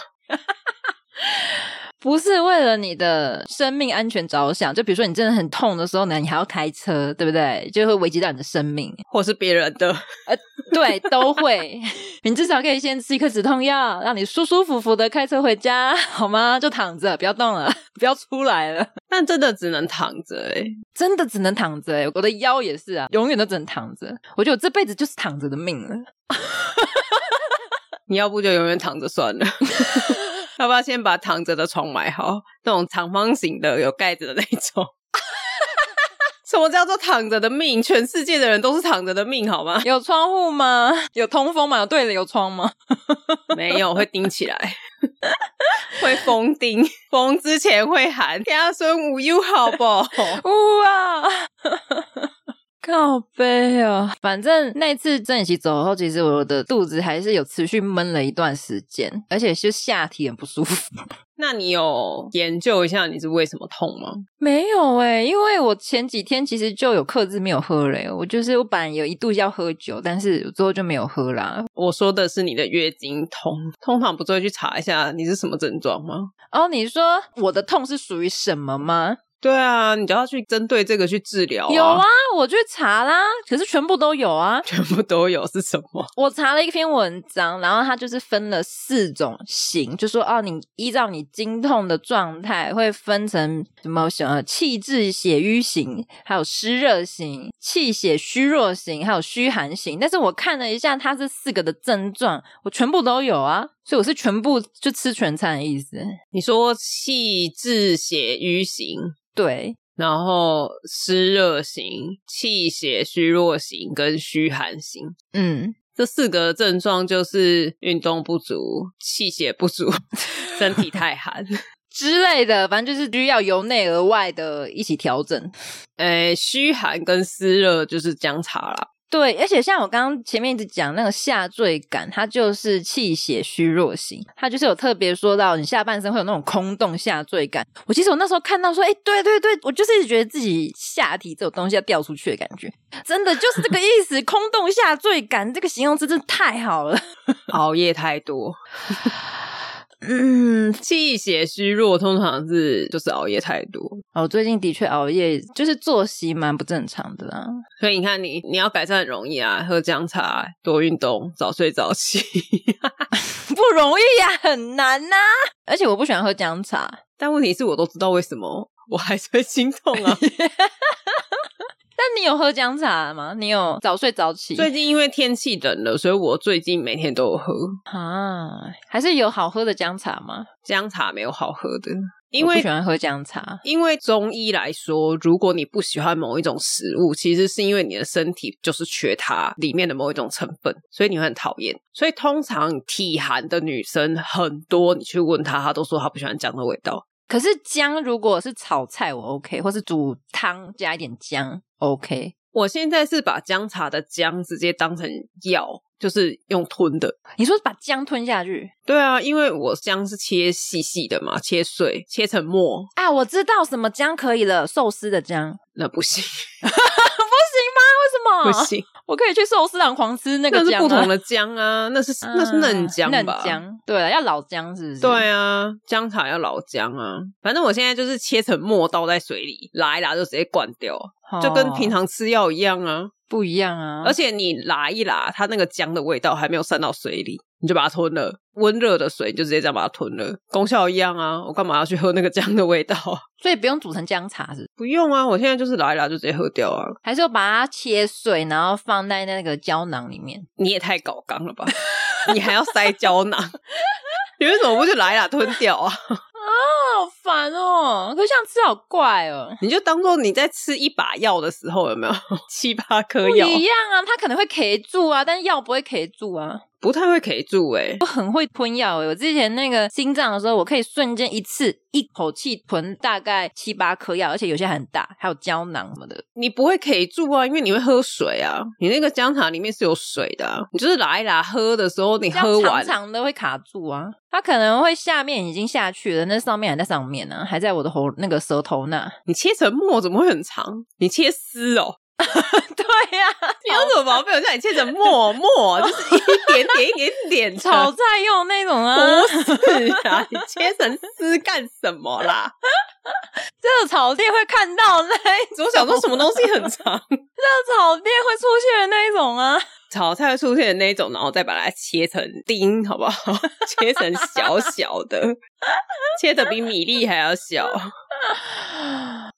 B: 不是为了你的生命安全着想，就比如说你真的很痛的时候呢，你还要开车，对不对？就会危及到你的生命，
A: 或是别人的？
B: 对，都会。 你至少可以先吃一颗止痛药，让你舒舒服服的开车回家，好吗？就躺着，不要动了， 不要出来了。
A: 但真的只能躺着哎、欸，
B: 真的只能躺着、欸，我的腰也是啊，永远都只能躺着。我觉得我这辈子就是躺着的命了。
A: 你要不就永远躺着算了。 要不要先把躺着的床买好？那种长方形的有盖子的那种， 什么叫做躺着的命？全世界的人都是躺着的命，好吗？
B: 有窗户吗？ 有通风吗？有对流窗吗？
A: 没有，会钉起来， 会封钉，封之前会喊“家孙无忧”，好不好？
B: 呜啊！ 靠背哦，反正那次郑雨琪走后，其实我的肚子还是有持续闷了一段时间，而且就下体很不舒服。
A: 那你有研究一下你是为什么痛吗？
B: 没有诶、因为我前几天其实就有克制没有喝嘞、我就是我本来有一度要喝酒，但是最后就没有喝啦。
A: 我说的是你的月经痛，通常不是会去查一下你是什么症状吗？
B: 哦，你说我的痛是属于什么吗？
A: 对啊，你就要去针对这个去治疗、
B: 有啊，我去查啦，可是全部都有啊。
A: 全部都有是什么？
B: 我查了一篇文章，然后它就是分了四种型，就说哦，你依照你经痛的状态会分成什么什么气滞血瘀型，还有湿热型、气血虚弱型，还有虚寒型。但是我看了一下，它这四个的症状，我全部都有啊，所以我是全部就吃全餐的意思。
A: 你说气滞血瘀型，
B: 对，
A: 然后湿热型、气血虚弱型跟虚寒型。
B: 嗯，
A: 这四个症状就是运动不足、气血不足、 身体太寒。
B: 之类的，反正就是需要由内而外的一起调整。
A: 诶，虚寒跟湿热就是僵差啦。
B: 对，而且像我刚刚前面一直讲那个下坠感，它就是气血虚弱型，它就是有特别说到你下半身会有那种空洞下坠感。我其实我那时候看到说，哎，对对对，我就是一直觉得自己下体这种东西要掉出去的感觉，真的就是这个意思。 空洞下坠感这个形容词真的太好了。
A: 熬夜太多，
B: 嗯，
A: 气血虚弱通常是就是熬夜太多。
B: 我哦最近的确熬夜，就是作息蛮不正常的啦。
A: 所以你看你，你要改善很容易啊，喝姜茶、多运动、早睡早起。
B: 不容易呀、很难呐、而且我不喜欢喝姜茶，
A: 但问题是我都知道为什么，我还是会心痛啊。
B: 但你有喝姜茶吗？你有早睡早起？
A: 最近因为天气冷了，所以我最近每天都有喝
B: 啊，还是有好喝的姜茶吗？
A: 姜茶，没有好喝的，因
B: 哦我不
A: 为
B: 喜。欢喝姜茶。
A: 因为中医来说，如果你不喜欢某一种食物，其实是因为你的身体就是缺它里面的某一种成分，所以你会很讨厌。所以通常体寒的女生很多，你去问她，她都说她不喜欢姜的味道。
B: 可是姜如果是炒菜，我 OK，或是煮汤加一点姜 OK。
A: 我现在是把姜茶的姜直接当成药，就是用吞的。
B: 你说把姜吞下去
A: 对啊，因为我姜是切细细的嘛，切碎，切成末，
B: 啊？我知道什么姜可以了，寿司的姜
A: 那不 行，
B: 不行吗？
A: 不
B: 为什么？
A: 行，
B: 我可以去寿司郎狂哦吃那个
A: 那是
B: 姜、啊，
A: 不同的姜啊，那是
B: 啊、
A: 那是嫩姜
B: 嫩
A: 吧？
B: 姜，对啊，要老姜是不是？
A: 对啊，姜茶要老姜啊，反正我现在就是切成末倒在水里，拉一拉就直接灌掉，
B: 哦，
A: 就跟平常吃药一样啊。
B: 不一样啊。
A: 而且你拉一拉，它那个姜的味道还没有散到水里，你就把它吞了。温热的水你就直接这样把它吞了，功效一样啊。我干嘛要去喝那个姜的味道？啊
B: 所以不用煮成姜茶是不是
A: 不用啊，我现在就是拉一拉就直接喝掉啊。
B: 还是要把它切碎，然后放在那个胶囊里面。
A: 你也太搞纲了吧？你还要塞胶囊？你为什么不去拉一拉吞掉啊？
B: 好烦哦！可是这样吃好怪哦，
A: 你就当做你在吃一把药的时候，有没有七八颗
B: 不
A: 药？
B: 一样啊。它可能会 K 住啊，但药不会 K 住啊。
A: 不太会 K 住哎、欸，
B: 很会吞药诶、我之前那个心脏的时候，我可以瞬间一次一口气吞大概七八颗药，而且有些还很大，还有胶囊什么的。
A: 你不会 K 住啊，因为你会喝水啊，你那个姜茶里面是有水的、啊，你就是拉一拉喝的时候，你
B: 这
A: 喝
B: 样
A: 完
B: 长长的会卡住啊，它可能会下面已经下去了，那上面还在上面呢、还在我的喉那个舌头那。
A: 你切成末怎么会很长？你切丝哦，
B: 对呀、
A: 你有什么毛病？我叫你切成末末，就是一点点一点点 的
B: 炒菜用那种
A: 哦
B: 啊，
A: 不是啊， 你切成丝干什么 啦？
B: 热炒店会看到那一种，
A: 怎么想说什么东 西很长？
B: 热炒店会出现的那一种啊。
A: 炒菜会出现的那一种，然后再把它切成丁，好不好？ 切成小小的，切的比米粒还要小，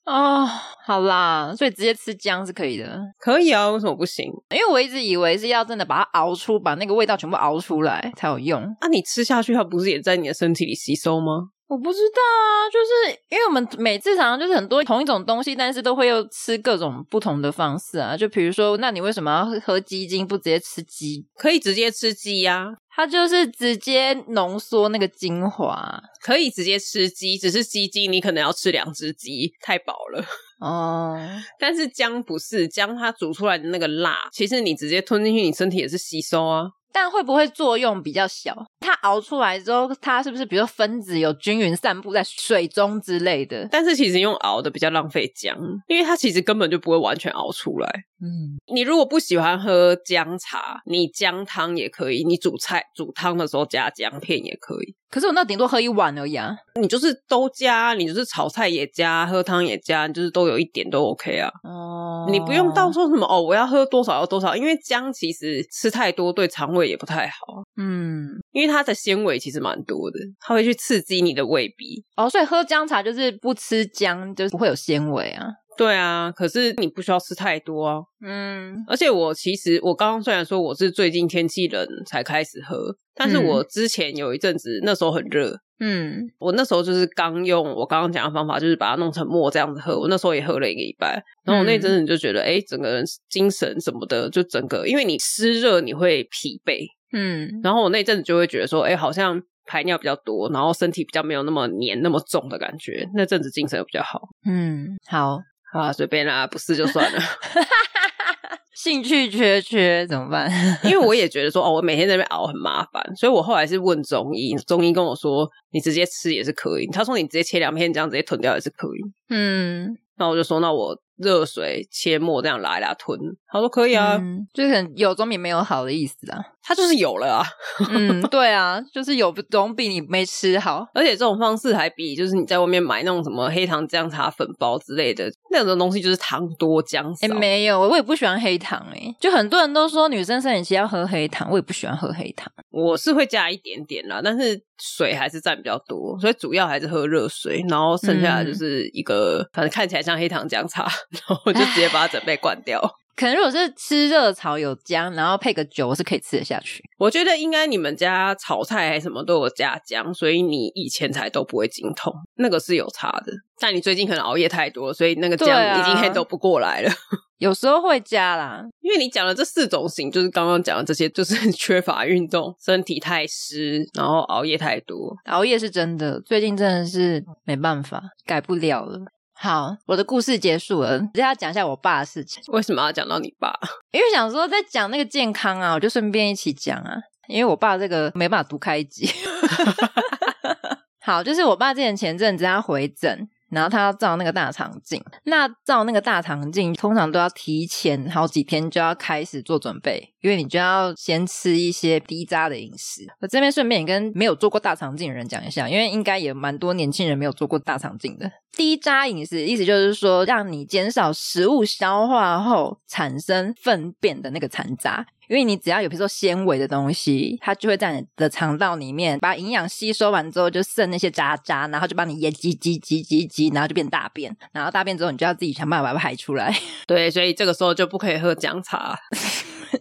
B: 哦，好啦，所以直接吃姜是可以的，
A: 可以啊？为什么不行？
B: 因为我一直以为是要真的把它熬出，把那个味道全部熬出来才有用。
A: 啊，你吃下去，它不是也在你的身体里吸收吗？
B: 我不知道啊，就是因为我们每次常常就是很多同一种东西，但是都会又吃各种不同的方式啊。就比如说，那你为什么要喝鸡精，不直接吃鸡？
A: 可以直接吃鸡呀、
B: 它就是直接浓缩那个精华
A: 可以直接吃鸡，只是鸡精你可能要吃两只鸡，太饱了。
B: 哦。
A: 但是姜不是姜，它煮出来的那个辣，其实你直接吞进去，你身体也是吸收啊。
B: 但会不会作用比较小？它熬出来之后，它是不是比如说分子有均匀散布在水中之类的？
A: 但是其实用熬的比较浪费姜，因为它其实根本就不会完全熬出来。
B: 嗯，
A: 你如果不喜欢喝姜茶，你姜汤也可以，你煮菜煮汤的时候加姜片也可以，
B: 可是我那顶多喝一碗而已啊。
A: 你就是都加，你就是炒菜也加，喝汤也加，你就是都有一点都 OK 啊。
B: 哦
A: 你不用到说什么哦，我要喝多少要多少，因为姜其实吃太多对肠胃也不太好，
B: 嗯
A: 因为它的纤维其实蛮多的，它会去刺激你的胃壁。
B: 哦，所以喝姜茶就是不吃姜，就是不会有纤维啊。
A: 对啊，可是你不需要吃太多啊。
B: 嗯
A: 而且我其实我刚刚虽然说我是最近天气冷才开始喝，但是
B: 嗯
A: 我之前有一阵子那时候很热，
B: 嗯
A: 我那时候就是刚用我刚刚讲的方法，就是把它弄成沫这样子喝。我那时候也喝了一个礼拜，然后我那阵子就觉得，哎、整个人精神什么的，就整个因为你湿热你会疲惫，
B: 嗯
A: 然后我那阵子就会觉得说，哎、好像排尿比较多，然后身体比较没有那么黏那么重的感觉，那阵子精神又比较好。
B: 嗯，好，
A: 好啊，随便啦，不是就算了。
B: 兴趣缺缺怎么 办？
A: 因为我也觉得说，哦，我每天在那边熬很麻烦，所以我后来是问中医，中医跟我说，你直接吃也是可以。他说你直接切两片，这样直接吞掉也是可以。
B: 嗯，
A: 那我就说，那我热水切末这样拉一拉吞。他说可以啊，
B: 嗯就是可能有总比没有好的意思 啦。
A: 他就是有了啊，
B: 嗯，对啊，就是有总比你没吃好。
A: 而且这种方式还比就是你在外面买那种什么黑糖酱茶粉包之类的那种东西，就是糖多姜少。
B: 哎、没有，我也不喜欢黑糖哎、就很多人都说女生生理期要喝黑糖，我也不喜欢喝黑糖。
A: 我是会加一点点啦，但是水还是占比较多，所以主要还是喝热水，然后剩下的
B: 嗯
A: 就是一个、反正看起来像黑糖姜茶， 然后我就直接把它准备灌掉。
B: 可能如果是吃热炒有姜，然后配个酒，我是可以吃得下去。
A: 我觉得应该你们家炒菜还什么都有加姜，所以你以前才都不会精通，那个是有差的。但你最近可能熬夜太多，所以那个
B: 对
A: 姜
B: 啊
A: 已经 handle 不过来了。
B: 有时候会加啦，
A: 因为你讲的这四种型，就是刚刚讲的这些，就是 缺乏运动、身体太湿，然后熬夜太多。
B: 熬夜是真的，最近真的是没办法，改不了了。好，我的故事结束了，接下来讲一下我爸的事情。
A: 为什么要讲到你爸？
B: 因为想说在讲那个健康啊，我就顺便一起讲啊，因为我爸这个没办法独开一集。好，就是我爸之前前阵子他回诊，然后他要照那个大肠镜，那照那个大肠镜通常都要提前好几天就要开始做准备，因为你就要先吃一些低渣的饮食。我这边顺便也跟没有做过大肠镜的人讲一下，因为应该也蛮多年轻人没有做过大肠镜的。低渣饮食意思就是说，让你减少食物消化后产生粪便的那个残渣。因为你只要有比如说纤维的东西，它就会在你的肠道里面把营养吸收完之后，就剩那些渣渣，然后就把你也挤挤挤挤挤，然后就变大便，然后大便之后你就要自己想办法把它排出来，
A: 对，所以这个时候就不可以喝姜茶。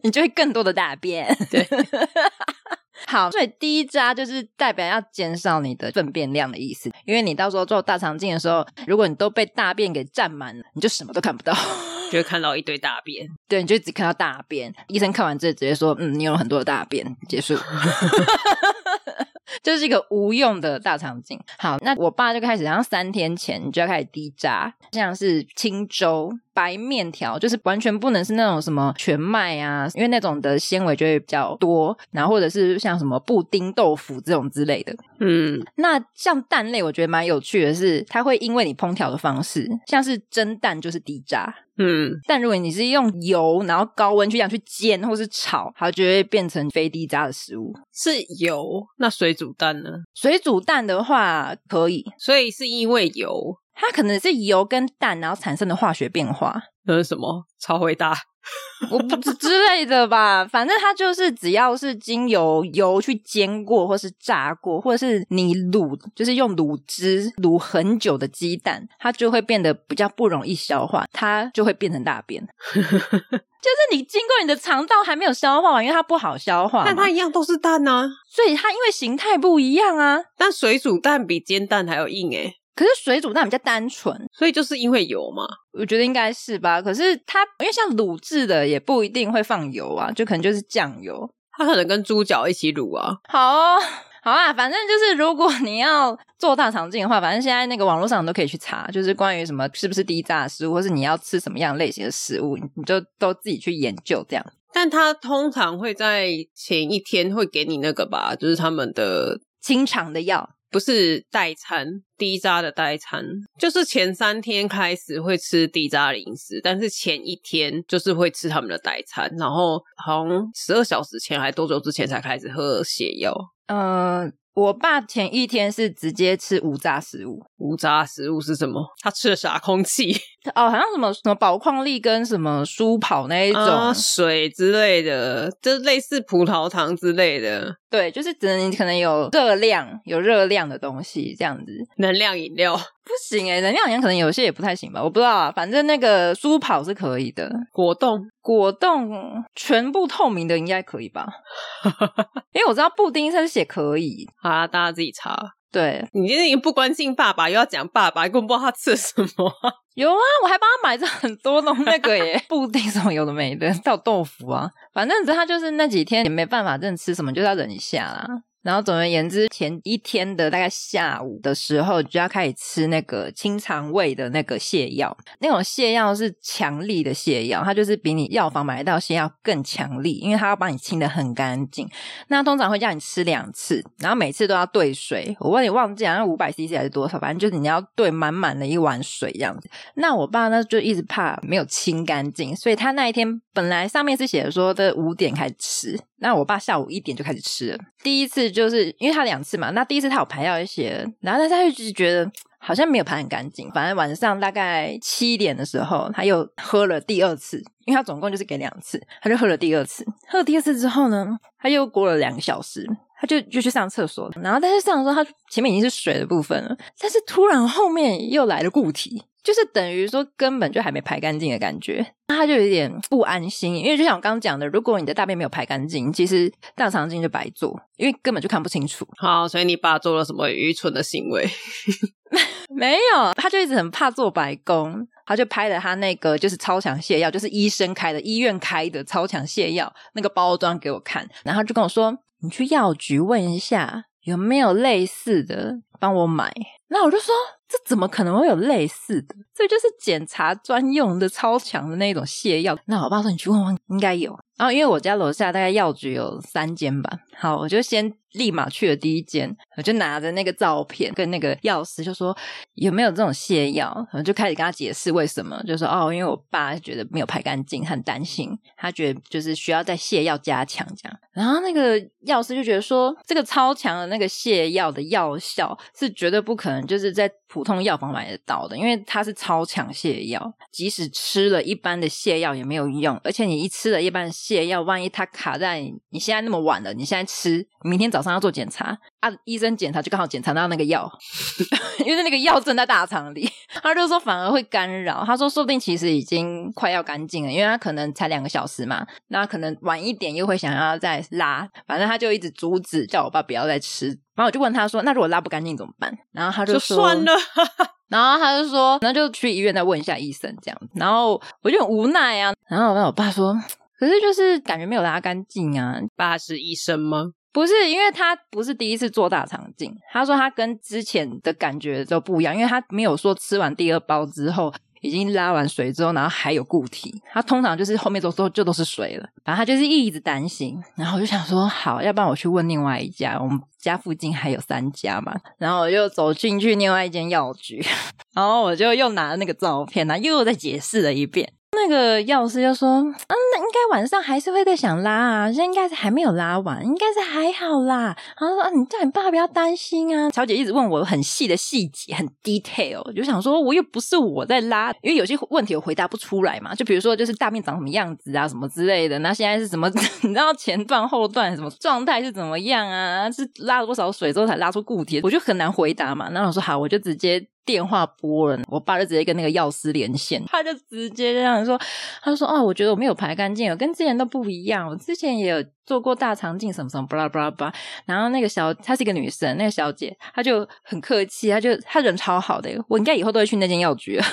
B: 你就会更多的大便。
A: 对，
B: 好，所以第一渣就是代表要减少你的粪便量的意思，因为你到时候做大肠镜的时候，如果你都被大便给占满了，你就什么都看不到。
A: 就会看到一堆大便。
B: 对，你就只看到大便。医生看完这直接说：“嗯，你有很多的大便。”结束， 就是一个无用的大肠镜。好，那我爸就开始，然后三天前就要开始低渣，像是清粥、白面条，就是完全不能是那种什么全麦啊，因为那种的纤维就会比较多，然后或者是像什么布丁豆腐这种之类的。
A: 嗯，
B: 那像蛋类，我觉得蛮有趣的是，它会因为你烹调的方式，像是蒸蛋就是低渣，
A: 嗯，
B: 但如果你是用油，然后高温去这样去煎或是炒，它就会变成非低渣的食物。
A: 是油。那水煮蛋呢？
B: 水煮蛋的话可以，
A: 所以是因为油，
B: 它可能是油跟蛋然后产生的化学变化，
A: 呃那是什么？超会大。
B: 我不知之类的吧，反正它就是只要是精油油去煎过，或是炸过，或者是你卤，就是用卤汁卤很久的鸡蛋，它就会变得比较不容易消化，它就会变成大 便。就是你经过你的肠道还没有消化完，因为它不好消化
A: 但
B: 嘛
A: 它，一样都是蛋啊，
B: 所以它因为形态不一样啊。
A: 但水煮蛋比煎蛋还要硬诶、欸
B: 可是水煮蛋比较单纯，
A: 所以就是因为油嘛。
B: 我觉得应该是吧。可是它因为像卤制的也不一定会放油啊，就可能就是酱油。
A: 它可能跟猪脚一起卤啊，
B: 好、哦，好啊，反正就是如果你要做大肠镜的话，反正现在那个网络上都可以去查，就是关于什么是不是低炸食物，或是你要吃什么样类型的食物，你你就都自己去研究这样。
A: 但它通常会在前一天会给你那个吧，就是他们的
B: 清肠的药，
A: 不是代餐，低渣的代餐，就是前三天开始会吃低渣零食，但是前一天就是会吃他们的代餐，然后好像十二小时前还多久之前才开始喝泻药。
B: 嗯、我爸前一天是直接吃无炸食物，
A: 无渣食物是什么？他吃了啥空气？
B: 哦，好像什么什么宝矿力跟什么舒跑那一种，
A: 啊、水之类的，就是类似葡萄糖之类的
B: 对，就是只能你可能有热量，有热量的东西这样子。
A: 能量饮料。
B: 不行诶、能量好像可能有些也不太行吧，我不知道啊。反正那个舒跑是可以的，
A: 果冻
B: 果冻全部透明的应该可以吧？因为我知道布丁它是写可以，
A: 好啦，大家自己查。
B: 对，
A: 你今天已经不关心爸爸，又要讲爸爸，根本不知道他吃了什么。
B: 有啊，我还帮他买这很多种那个耶， 布丁什么有的没的，还有豆腐啊，反正他就是那几天也没办法，真的吃什么就是要忍一下啦。然后总而言之，前一天的大概下午的时候，就要开始吃那个清肠胃的那个泻药，那种泻药是强力的泻药，它就是比你药房买得到泻药更强力，因为它要把你清的很干净。那通常会叫你吃两次，然后每次都要兑水。我问你忘记好啊像五百 CC 还是多少，反正就是你要兑满满的一碗水这样子。那我爸呢就一直怕没有清干净，所以他那一天本来上面是写的说的五点开始吃，那我爸下午一点就开始吃了。第一次就是因为他两次嘛，那第一次他有排药一些，然后但是他就一直觉得。好像没有排很干净，反正晚上大概七点的时候，他又喝了第二次，因为他总共就是给两次，他就喝了第二次。喝了第二次之后呢，他又过了两个小时，他就就去上厕所，然后但是上的时候，他前面已经是水的部分了，但是突然后面又来了固体，就是等于说根本就还没排干净的感觉，那他就有点不安心，因为就像我刚刚讲的，如果你的大便没有排干净，其实大肠镜就白做，因为根本就看不清楚。
A: 好，所以你爸做了什么愚蠢的行为？
B: 没有，他就一直很怕做白工，他就拍了他那个就是超强泻药，就是医生开的、医院开的超强泻药那个包装给我看，然后就跟我说：“你去药局问一下有没有类似的，帮我买。”那我就说：“这怎么可能会有类似的？这就是检查专用的超强的那种泻药。”那我爸说：“你去问问，应该有。”然后因为我家楼下大概药局有三间吧，好，我就先立马去了第一间，我就拿着那个照片跟那个药师就说有没有这种泻药，我就开始跟他解释为什么，就说哦，因为我爸觉得没有排干净，很担心，他觉得就是需要在泻药加强这样。然后那个药师就觉得说，这个超强的那个泻药的药效是绝对不可能就是在普通药房买得到的，因为它是超强泻药，即使吃了一般的泻药也没有用，而且你一吃了一般的泻药，万一它卡在你你现在那么晚了，你现在吃，明天早上要做检查啊，医生检查就刚好检查到那个药， 因为那个药正在大肠里，他就说反而会干扰，他说说不定其实已经快要干净了，因为他可能才两个小时嘛，那可能晚一点又会想要再拉，反正他就一直阻止，叫我爸不要再吃。然后我就问他说：“那如果拉不干净怎么办？”然后他就
A: 就
B: 说：“
A: 算了。
B: 然后他就说，那就去医院再问一下医生这样。然后我就很无奈啊。然后我跟我爸说，可是就是感觉没有拉干净啊。
A: 爸是医生吗？
B: 不是，因为他不是第一次做大肠镜，他说他跟之前的感觉都不一样，因为他没有说吃完第二包之后已经拉完水之后，然后还有固体，他通常就是后面都都就都是水了，反正他就是一直担心。然后我就想说，好，要不然我去问另外一家，我们家附近还有三家嘛，然后我就走进去另外一间药局，然后我就又拿了那个照片，然后又再解释了一遍。那个药师就说：“嗯，那应该晚上还是会在想拉啊，现在应该是还没有拉完，应该是还好啦。”然后说：“啊，你叫你爸不要担心啊。”小姐一直问我很细的细节，很 detail，我就想说我又不是我在拉，因为有些问题我回答不出来嘛，就比如说就是大便长什么样子啊，什么之类的。那现在是什么？ 你知道前段后段什么状态是怎么样啊？是拉了多少水之后才拉出固体，我就很难回答嘛。那我说好，我就直接电话拨了，我爸就直接跟那个药师连线，他就直接这样说，他说哦，我觉得我没有排干净，我跟之前都不一样，我之前也有做过大肠镜什么什么，巴拉巴拉巴拉。然后那个小，她是一个女生，那个小姐她就很客气，她就她人超好的，我应该以后都会去那间药局了。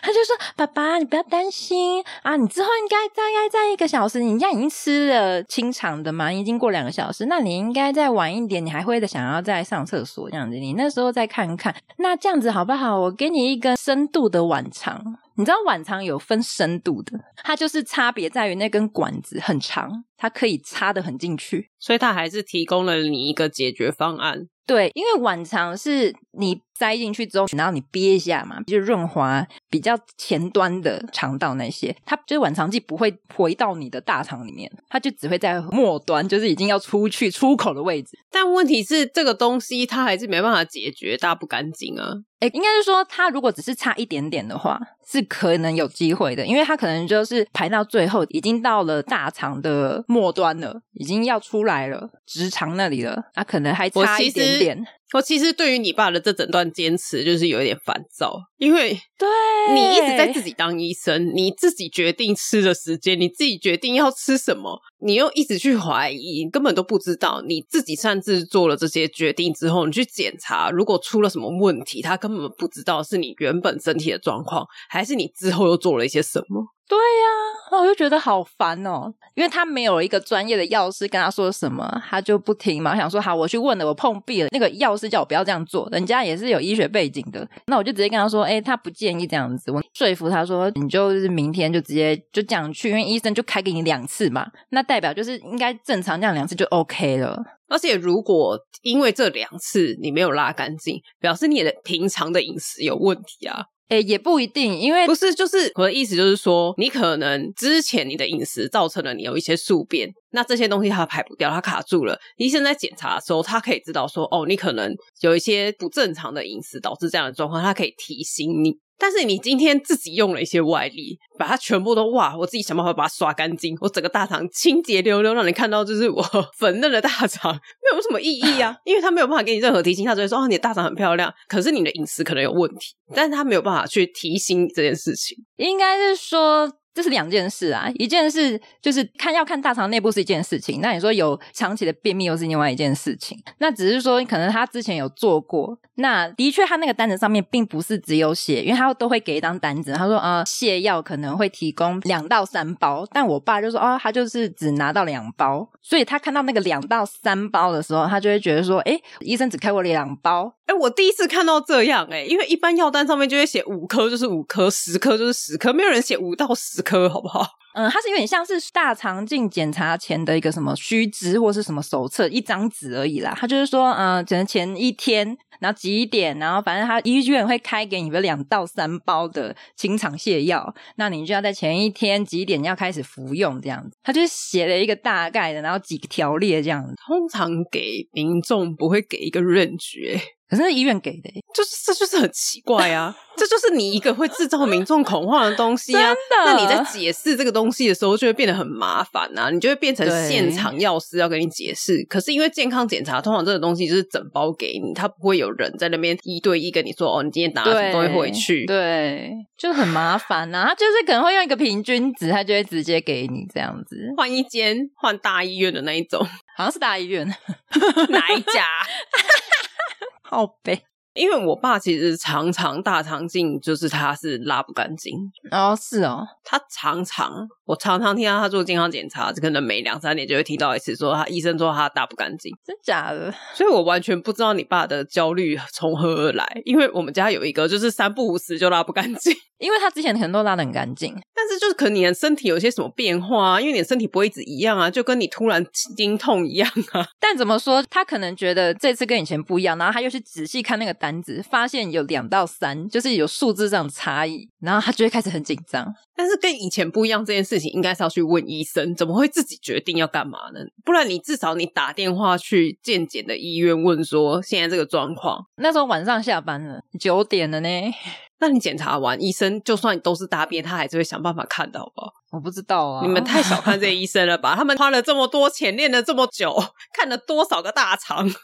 B: 她就说：“爸爸，你不要担心啊，你之后应该大概在一个小时，你现在已经吃了清肠的嘛，已经过两个小时，那你应该再晚一点，你还会想要再上厕所这样子，你那时候再看看，那这样子好不好？我给你一个深度的晚肠。”你知道晚肠有分深度的，它就是差别在于那根管子很长，它可以插的很进去。
A: 所以他还是提供了你一个解决方案。
B: 对，因为晚肠是你塞进去之后，然后你憋一下嘛，就是润滑比较前端的肠道那些，它就是晚肠剂不会回到你的大肠里面，它就只会在末端，就是已经要出去出口的位置。
A: 但问题是，这个东西它还是没办法解决大不干净啊。
B: 哎，应该是说，它如果只是差一点点的话，是可能有机会的，因为它可能就是排到最后，已经到了大肠的末端了，已经要出来了，直肠那里了，啊，可能还
A: 我
B: 差
A: 其
B: 一点
A: 实
B: 点。
A: 我其实对于你爸的这整段坚持，就是有一点烦躁，因为
B: 对，
A: 你一直在自己当医生，你自己决定吃的时间，你自己决定要吃什么，你又一直去怀疑，根本都不知道你自己擅自做了这些决定之后，你去检查，如果出了什么问题，他根本不知道是你原本身体的状况，还是你之后又做了一些什么。
B: 对呀、哦我就觉得好烦哦，因为他没有一个专业的药师跟他说什么，他就不听嘛。我想说好，我去问了，我碰壁了，那个药师叫我不要这样做，人家也是有医学背景的，那我就直接跟他说，哎、他不建议这样子。我说服他说，你就是明天就直接就这样去，因为医生就开给你两次嘛，那代表就是应该正常这样两次就 OK 了。
A: 而且，如果因为这两次你没有拉干净，表示你的平常的饮食有问题啊。
B: 哎、也不一定，因为
A: 不是，就是我的意思，就是说，你可能之前你的饮食造成了你有一些宿便，那这些东西它排不掉，它卡住了。医生在检查的时候，他可以知道说，哦，你可能有一些不正常的饮食导致这样的状况，他可以提醒你。但是你今天自己用了一些外力，把它全部都哇，我自己想办法把它刷干净，我整个大肠清洁溜溜，让你看到就是我 粉嫩的大肠，没有什么意义啊，因为他没有办法给你任何提醒，他只会说哦，你的大肠很漂亮，可是你的饮食可能有问题，但是他没有办法去提醒你这件事情。
B: 应该是说这是两件事啊，一件事就是看要看大肠内部是一件事情，那你说有长期的便秘又是另外一件事情，那只是说可能他之前有做过，那的确他那个单子上面并不是只有写，因为他都会给一张单子，他说啊、呃泻药可能会提供两到三包，但我爸就说哦，他就是只拿到两包，所以他看到那个两到三包的时候，他就会觉得说，诶，医生只开我两包，
A: 哎、我第一次看到这样哎、因为一般药单上面就会写五颗就是五颗，十颗就是十颗，没有人写五到十颗，好不好？
B: 嗯，它是有点像是大肠镜检查前的一个什么须知或是什么手册，一张纸而已啦。它就是说，嗯，只能前一天，然后几点，然后反正它医院会开给你们两到三包的清肠泻药，那你就要在前一天几点要开始服用这样子。它就是写了一个大概的，然后几个条列这样子。
A: 通常给民众不会给一个 range，、欸、
B: 可是那医院给的耶、欸
A: 就是这就是很奇怪啊，这就是你一个会制造民众恐慌的东西啊。
B: 真的
A: 那你在解释这个东西的时候，就会变得很麻烦啊，你就会变成
B: 对
A: 现场药师要跟你解释。可是因为健康检查，通常这个东西就是整包给你，他不会有人在那边一对一跟你说哦，你今天拿了什么东西回去。
B: 对，就很麻烦呐、它就是可能会用一个平均值，它就会直接给你这样子，
A: 换一间，换大医院的那一种，
B: 好像是大医院，
A: 哪一家？
B: 好悲
A: 因为我爸其实常常大肠镜，就是他是拉不干净，
B: 哦，是哦，
A: 他常常，我常常听到他做健康检查，可能每两三年就会听到一次，说他医生说他大不干净，
B: 真假的？
A: 所以我完全不知道你爸的焦虑从何而来，因为我们家有一个就是三不五时就拉不干净，
B: 因为他之前可能都拉的很干净，
A: 但是就是可能你的身体有一些什么变化啊，因为你的身体不会一直一样啊，就跟你突然经痛一样啊。
B: 但怎么说，他可能觉得这次跟以前不一样，然后他又去仔细看那个单子，发现有两到三，就是有数字上的差异，然后他就会开始很紧张。
A: 但是跟以前不一样这件事情，应该是要去问医生，怎么会自己决定要干嘛呢？不然你至少你打电话去健检的医院问说现在这个状况，
B: 那时候晚上下班了，九点了呢，
A: 那你检查完，医生就算都是大便，他还是会想办法看的，好不好？
B: 我不知道啊，
A: 你们太小看这医生了吧？他们花了这么多钱，练了这么久，看了多少个大肠？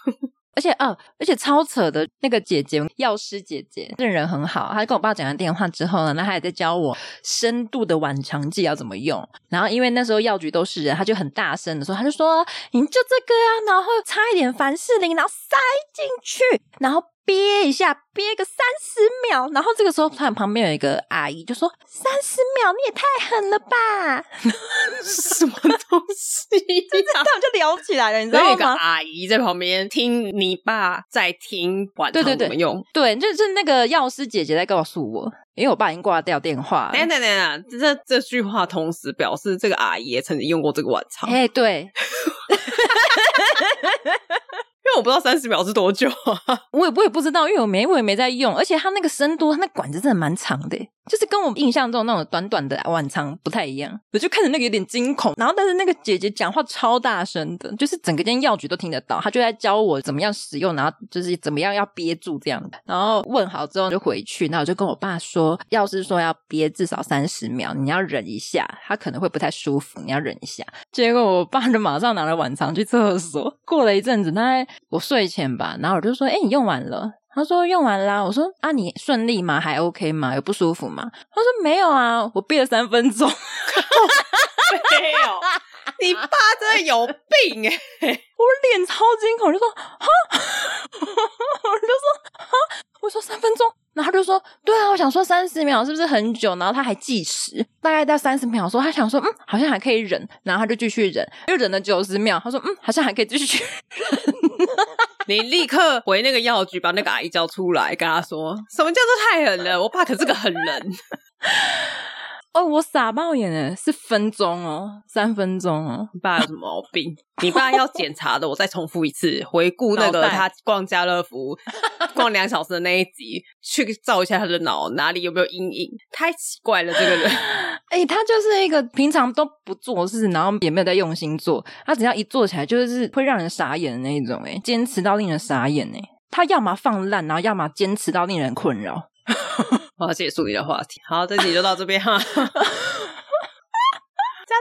B: 而且啊，而且超扯的那个姐姐，药师姐姐，这人很好。她跟我爸讲完电话之后呢，那她也在教我深度的晚肠剂要怎么用。然后因为那时候药局都是人，她就很大声的说，她就说：“你就这个啊，然后擦一点凡士林，然后塞进去，然后憋一下，憋个三十秒。”然后这个时候，突然旁边有一个阿姨就说：“三十秒，你也太狠了吧
A: 什么东西、！”
B: 他们就聊起来了，你知
A: 然后有
B: 道
A: 一个
B: 吗？
A: 阿姨在旁边听你爸在听晚
B: 对
A: 上
B: 对对
A: 怎么用。
B: 对，就是那个药师姐姐在告诉我，因为我爸已经挂掉电话了。
A: 等一下等一下等一下，这这句话同时表示这个阿姨也曾经用过这个晚肠，因
B: 哎、对，
A: 为我不知道三十秒是多久啊。
B: 我也我也不知道，因为我没我也没在用，而且它那个深度，它那管子真的蛮长的，就是跟我印象中那种短短的晚长不太一样。我就看着那个有点惊恐，然后但是那个姐姐讲话超大声的，就是整个间药局都听得到，她就在教我怎么样使用，然后就是怎么样要憋住这样的。然后问好之后就回去，那我就跟我爸说，要是说要憋至少三十秒，你要忍一下，他可能会不太舒服，你要忍一下。结果我爸就马上拿了晚餐去厕所。过了一阵子，大概我睡前吧，然后我就说：“哎、你用完了？”他说：“用完啦、我说：“啊，你顺利吗？还 OK 吗？有不舒服吗？”他说：“没有啊，我憋了三分钟。
A: 没有， 你爸真的有病哎、”
B: 我脸超惊恐，我就说：“哈！”我就说：“哈！”我说：“三分钟。”然后他就说：“对啊，我想说三十秒是不是很久？”然后他还计时，大概到三十秒的时候，他想说：“嗯，好像还可以忍。”然后他就继续忍，又忍了九十秒，他说：“嗯，好像还可以继续。”
A: 你立刻回那个药局，把那个阿姨叫出来，跟她说什么叫做太狠了？我爸可是个狠人。
B: 哦，我傻爆眼了，是分钟哦，三分钟哦。
A: 你爸有什么毛病？你爸要检查的，我再重复一次，回顾那
B: 脑
A: 个
B: 袋
A: 他逛家乐福逛两小时的那一集，去照一下他的脑哪里有没有阴影，太奇怪了，这个人。
B: 哎、他就是一个平常都不做事，然后也没有在用心做，他只要一做起来，就是会让人傻眼的那一种、哎，坚持到令人傻眼、哎，他要么放烂，然后要么坚持到令人困扰。
A: 我要结束你的话题，好，这集就到这边哈。 家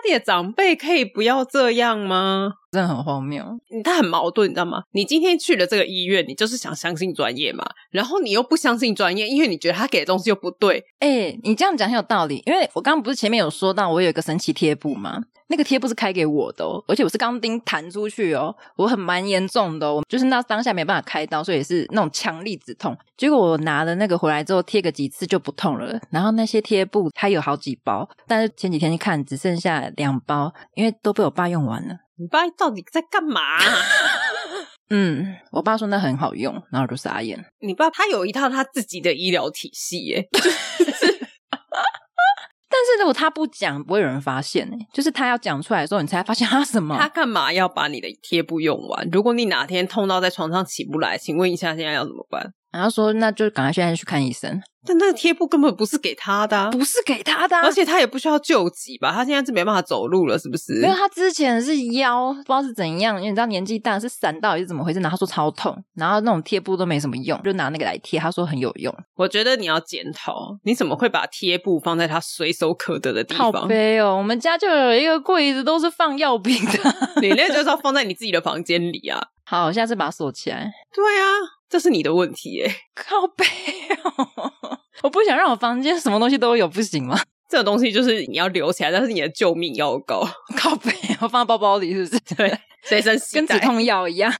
A: 里的长辈可以不要这样吗？
B: 真的很荒谬，
A: 嗯他很矛盾，你知道吗？你今天去了这个医院，你就是想相信专业嘛，然后你又不相信专业，因为你觉得他给的东西又不对，
B: 哎、你这样讲很有道理，因为我刚刚不是前面有说到我有一个神奇贴布吗？那个贴布是开给我的哦，而且我是钢钉弹出去哦，我很蛮严重的、哦，我就是那当下没办法开刀，所以也是那种强力止痛。结果我拿了那个回来之后贴个几次就不痛了，然后那些贴布它有好几包，但是前几天一看只剩下两包，因为都被我爸用完了。
A: 你爸到底在干嘛、啊
B: 嗯，我爸说那很好用，然后我就傻眼。
A: 你爸他有一套他自己的医疗体系耶，
B: 但是如果他不讲，不会有人发现、欸、就是他要讲出来的时候，你才发现他什么。
A: 他干嘛要把你的贴布用完？如果你哪天痛到在床上起不来，请问一下现在要怎么办？
B: 然后说那就赶快现在去看医生，
A: 但那个贴布根本不是给他的啊、
B: 不是给他的、啊
A: 而且他也不需要救急吧？他现在是没办法走路了，是不是
B: 没？有他之前是腰不知道是怎样，因为你知道年纪大是闪到底是怎么回事，然后他说超痛，然后那种贴布都没什么用，就拿那个来贴，他说很有用，
A: 我觉得你要检讨，你怎么会把贴布放在他随手可得的地
B: 好
A: 方？
B: 悲哦，我们家就有一个柜子都是放药品的，
A: 你那就是要放在你自己的房间里啊！
B: 好，我下次把它锁起来，
A: 对啊，这是你的问题耶。
B: 靠背哦，我不想让我房间什么东西都有，不行吗？
A: 这种东西就是你要留起来，但是你的救命药膏，
B: 靠背，我放在包包里是不是？
A: 对，随身携
B: 跟止
A: 带。
B: 痛药一样，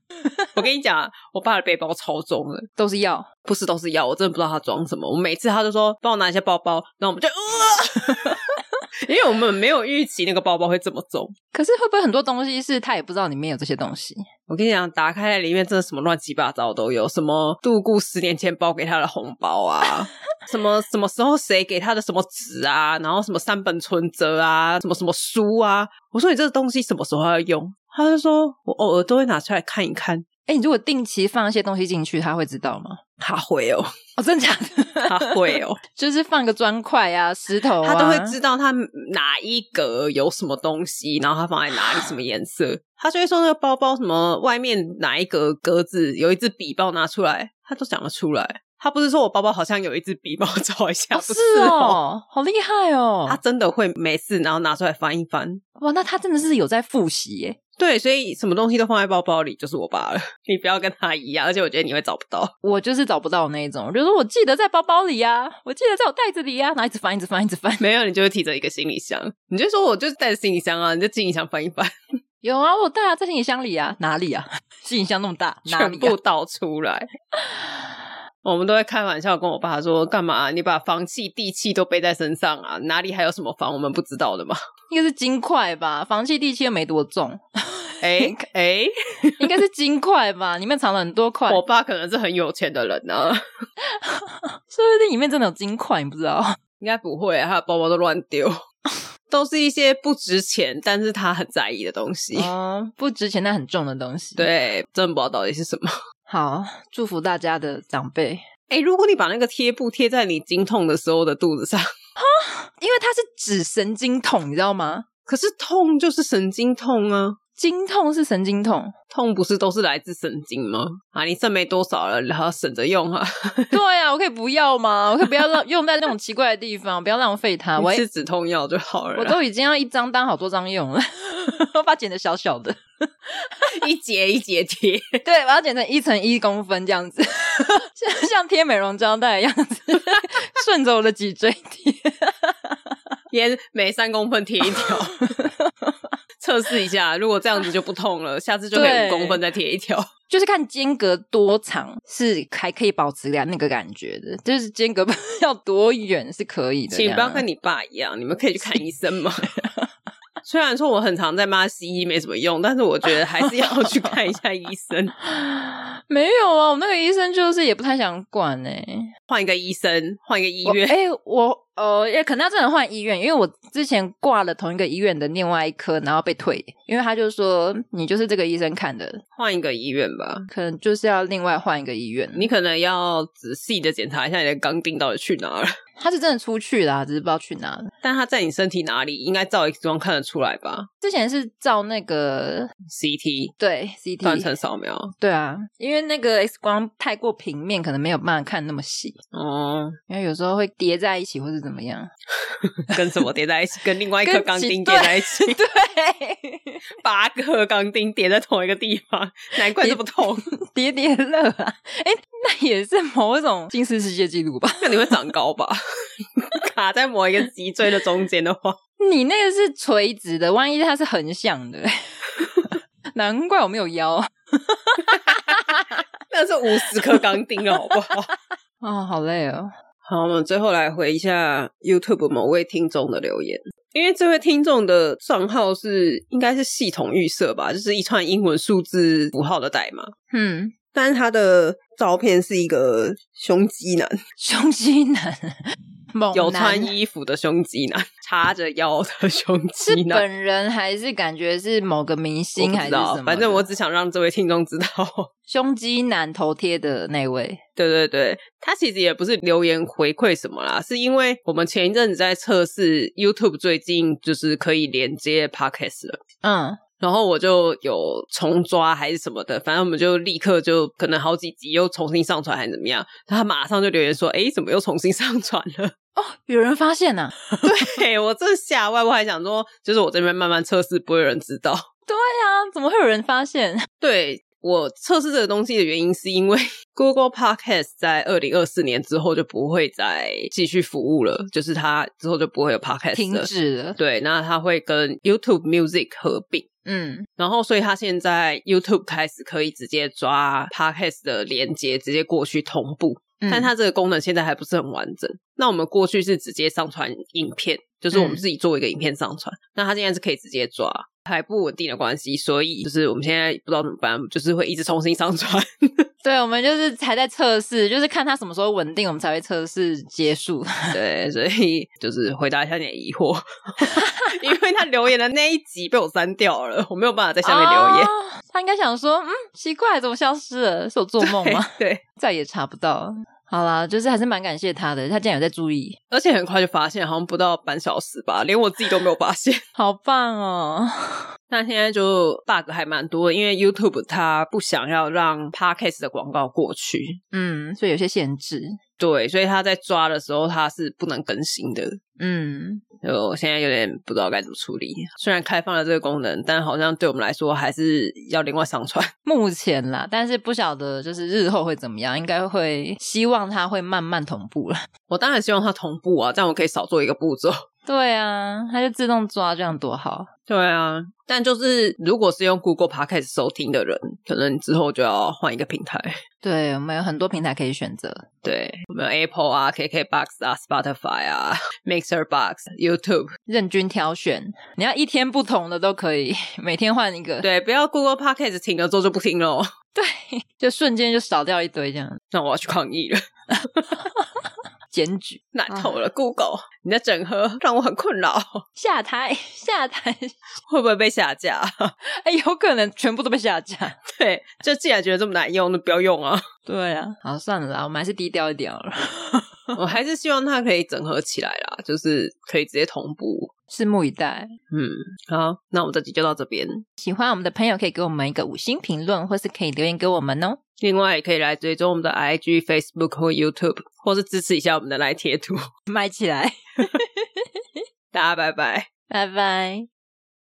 A: 我跟你讲啊，我爸的背包超重的，
B: 都是药。
A: 不是都是药，我真的不知道他装什么。我每次他就说帮我拿一下包包，然后我们就，呃、 因为我们没有预期那个包包会这么重。
B: 可是会不会很多东西是他也不知道里面有这些东西？
A: 我跟你讲，打开来里面真的什么乱七八糟都有，什么度固十年前包给他的红包啊，什么什么时候谁给他的什么纸啊，然后什么三本存折啊，什么什么书啊。我说你这个东西什么时候要用？他就说我偶尔都会拿出来看一看。
B: 哎，你如果定期放一些东西进去，他会知道吗？
A: 他会哦，
B: 哦，真假的？
A: 他会哦，
B: 就是放个砖块啊、石头啊，
A: 他都会知道他哪一格有什么东西，然后他放在哪里，什么颜色。 他就会说那个包包什么外面哪一格格子有一支笔，帮我拿出来，他都讲得出来。他不是说我包包 好像有一支笔，帮我找一下，
B: 哦
A: 不
B: 是
A: 哦。啊
B: 哦，好厉害哦！
A: 他真的会没事，然后拿出来翻一翻。
B: 哇，那他真的是有在复习耶。
A: 对，所以什么东西都放在包包里，就是我爸了。 你不要跟他一样，而且我觉得你会找不到。
B: 我就是找不到那一种，就是我记得在包包里呀、我记得在我袋子里呀、啊然后一直翻，一直翻，一直翻。
A: 没有，你就会提着一个行李箱，你就说我就是带着行李箱啊，你就行李箱翻一翻，
B: 有啊，我袋啊，在行李箱里啊，哪里啊？ 行李箱那么大，哪
A: 全
B: 里、啊
A: 部？倒出来。 我们都会开玩笑跟我爸说，干嘛、你把房气、地气都背在身上啊？哪里还有什么房我们不知道的 吗？
B: 应该是金块吧，房气地气又没多重，
A: 哎哎，
B: 应该是金块吧，里面藏了很多块，
A: 我爸可能是很有钱的人呢、啊，
B: 说不定里面真的有金块，你不知道。
A: 应该不会、他的包包都乱丢， 都是一些不值钱，但是他很在意的东西。
B: 哦，不值钱但很重的东西。，
A: 对，真的不知道到底是什么。
B: 好，祝福大家的长辈，因
A: 哎、如果你把那个贴布贴在你经痛的时候的肚子上，
B: 为它是指神经痛，你知道吗？
A: 可是痛就是神经痛啊。
B: 经痛是神经痛，
A: 痛不是都是来自神经吗？啊，你剩没多少了，然后省着用啊，
B: 对啊，我可以不要吗？我可以不要让用在那种奇怪的地方，不要浪 费它。我
A: 你吃止痛药就好了
B: 我
A: 啦。
B: 都已经要一张当好多张用了，我把它剪的小小的，
A: 一节一节贴，
B: 对，把它剪成一乘一公分这样子， 像像贴美容胶带一样子， 顺着我的脊椎贴。
A: 连每三公分贴一 条，测试一下，如果这样子就不痛了， 下次就可以
B: 对
A: 五公分再贴一 条。
B: 就是看间隔多长是还可以保持那那个感觉的，就是间隔 要多远是可以的。啊
A: 请不要跟
B: 你
A: 你爸一样，你们可以去看医生嘛。 虽然说我很常在骂西医没什么用，但是我觉得还是要去看一下医 生，
B: 没有啊，我那个医生就是也不太想管哎、
A: 换一个医生，换一个医
B: 我
A: 院。
B: 哎、我呃，也可能要真的换医院，因为我之前挂了同一个医院的另外一科，然后被退，因为他就说你就是这个医生看的，
A: 换一个医院吧。
B: 可能就是要另外换一个医院。
A: 你可能要仔细的检查一下你的钢钉到底去哪了，
B: 他是真的出去啦，只是不知道去哪了。
A: 但它在你身体哪里，应该照 X 光看得出来吧
B: 之前是照那个
A: ？CT
B: 对
A: 断
B: CT，
A: 层扫描，
B: 对啊，因为那个 X 光太过平面，可能没有办法看那么细，
A: 哦，
B: 因为有时候会叠在一起或是怎么 样。
A: 跟什么叠在一 起？跟另外一颗
B: 跟
A: 钢
B: 几
A: 钉叠
B: 对
A: 在一起，
B: 对，
A: 八颗钢钉叠在同一个地 方，难怪这么 痛。
B: 叠叠乐啊，哎，那也是某种近似世界纪录吧？
A: 那你会长高吧？ 卡在某一个脊椎的中间的话，
B: 你那个是垂直的，万一它是横向的， 难怪我没有腰
A: 那是五十颗钢钉了，好不好？
B: 哦，好累哦。
A: 好，我们最后来回一下 YouTube 某位听众的留言，因为这位听众的账号是应该是系统预设吧，就是一串英文数字符号的代码，
B: 嗯，
A: 但是他的照片是一个胸肌男，
B: 胸肌男，猛
A: 有
B: 男
A: 穿衣服的胸肌男， 叉着腰的胸
B: 是
A: 肌 男。
B: 本人还是感觉是某个明
A: 我
B: 星
A: 不
B: 还
A: 知
B: 是什
A: 道
B: 么的？
A: 反正我只想让这位听众知道，
B: 胸肌男头贴的那位，
A: 对对对，他其实也不是留言回馈什么啦，是因为我们前一阵子在测试 YouTube 最近就是可以连接 Podcast 了。
B: 嗯，
A: 然后我就有重抓还是什么的，反正我们就立刻就可能好几集又重新上传还是怎么样，他马上就留言说：“诶，怎么又重新上传了
B: 有人发现呐、 啊，？”
A: 嘿，我真的吓坏，我还想说，就是我这边慢慢测试，不会有人知道。
B: 对啊，怎么会有人发现？
A: 对我测试这个东西的原因，是因为 Google Podcast 在二零二四年之后就不会再继续服务了，就是它之后就不会有 Podcast
B: 停
A: 了。
B: 止了，
A: 对，那它会跟 YouTube Music 合并。
B: 嗯，
A: 然后，所以他现在 YouTube 开始可以直接抓 Podcast 的连接，直接过去同步。
B: 嗯
A: 但它这个功能现在还不是很完整。那我们过去是直接上传影片，就是我们
B: 嗯
A: 自己做一个影片上传，那它现在是可以直接抓。还不稳定的关系，所以就是我们现在不知道怎么办，就是会一直重新上传。
B: 对，我们就是还在测试，就是看它什么时候稳定，我们才会测试结束。
A: 对，所以就是回答一下你的疑 惑，因为他留言的那一集被我删掉了，我没有办法在下面留言。
B: 哦他应该想说，嗯，奇怪，怎么消失了？是我做梦吗？
A: 对，对
B: 再也查不到了。好啦，就是还是蛮感谢他的，他竟然有在注意，
A: 而且很快就发现，好像不到半小时吧，连我自己都没有发现。
B: 好棒哦！
A: 那现在就 bug 还蛮多的，因为 YouTube 它不想要让 Podcast 的广告过去，
B: 嗯，所以有些限制，
A: 对，所以它在抓的时候它是不能更新的。
B: 嗯，
A: 就我现在有点不知道该怎么处理。虽然开放了这个功能，但好像对我们来说还是要另外上传。
B: 目前啦，但是不晓得就是日后会怎么样，应该会希望他会慢慢同步了。
A: 我当然希望它同步啊，这样我可以少做一个步骤。
B: 对啊，他就自动抓，这样多好。
A: 对啊，但就是如果是用 Google Podcast 收听的人，可能之后就要换一个平台。
B: 对，我们有很多平台可以选择。
A: 对，我们有 Apple 啊、KKBox 啊、Spotify 啊、Mixer Box、YouTube。
B: 任君挑选，你要一天不同的都可以，每天换一 个，，
A: 对，不要 Google Podcast 停了之后就不听了哦，
B: 就瞬间就少掉一堆这样，
A: 那我要去抗 议了，
B: 检举
A: 烂透了、Google，你的整合让我很困扰，
B: 下台下台，
A: 会不会被下架？
B: 哎，有可能全部都被下架。
A: 对，就既然觉得这么难用，那不要用啊！
B: 对啊，好算了啦，我们还是低调一点好了，
A: 我还是希望它可以整合起来啦，就是可以直接同步。
B: 拭目以待。
A: 嗯，好，那我们这集就到这边。
B: 喜欢我们的朋友可以给我们一个五星评论，或是可以留言给我们哦。
A: 另外，也可以来追踪我们的 IG、Facebook 或 YouTube，或是支持一下我 们的来贴图。
B: 买起来，
A: 大家拜拜。
B: 拜拜。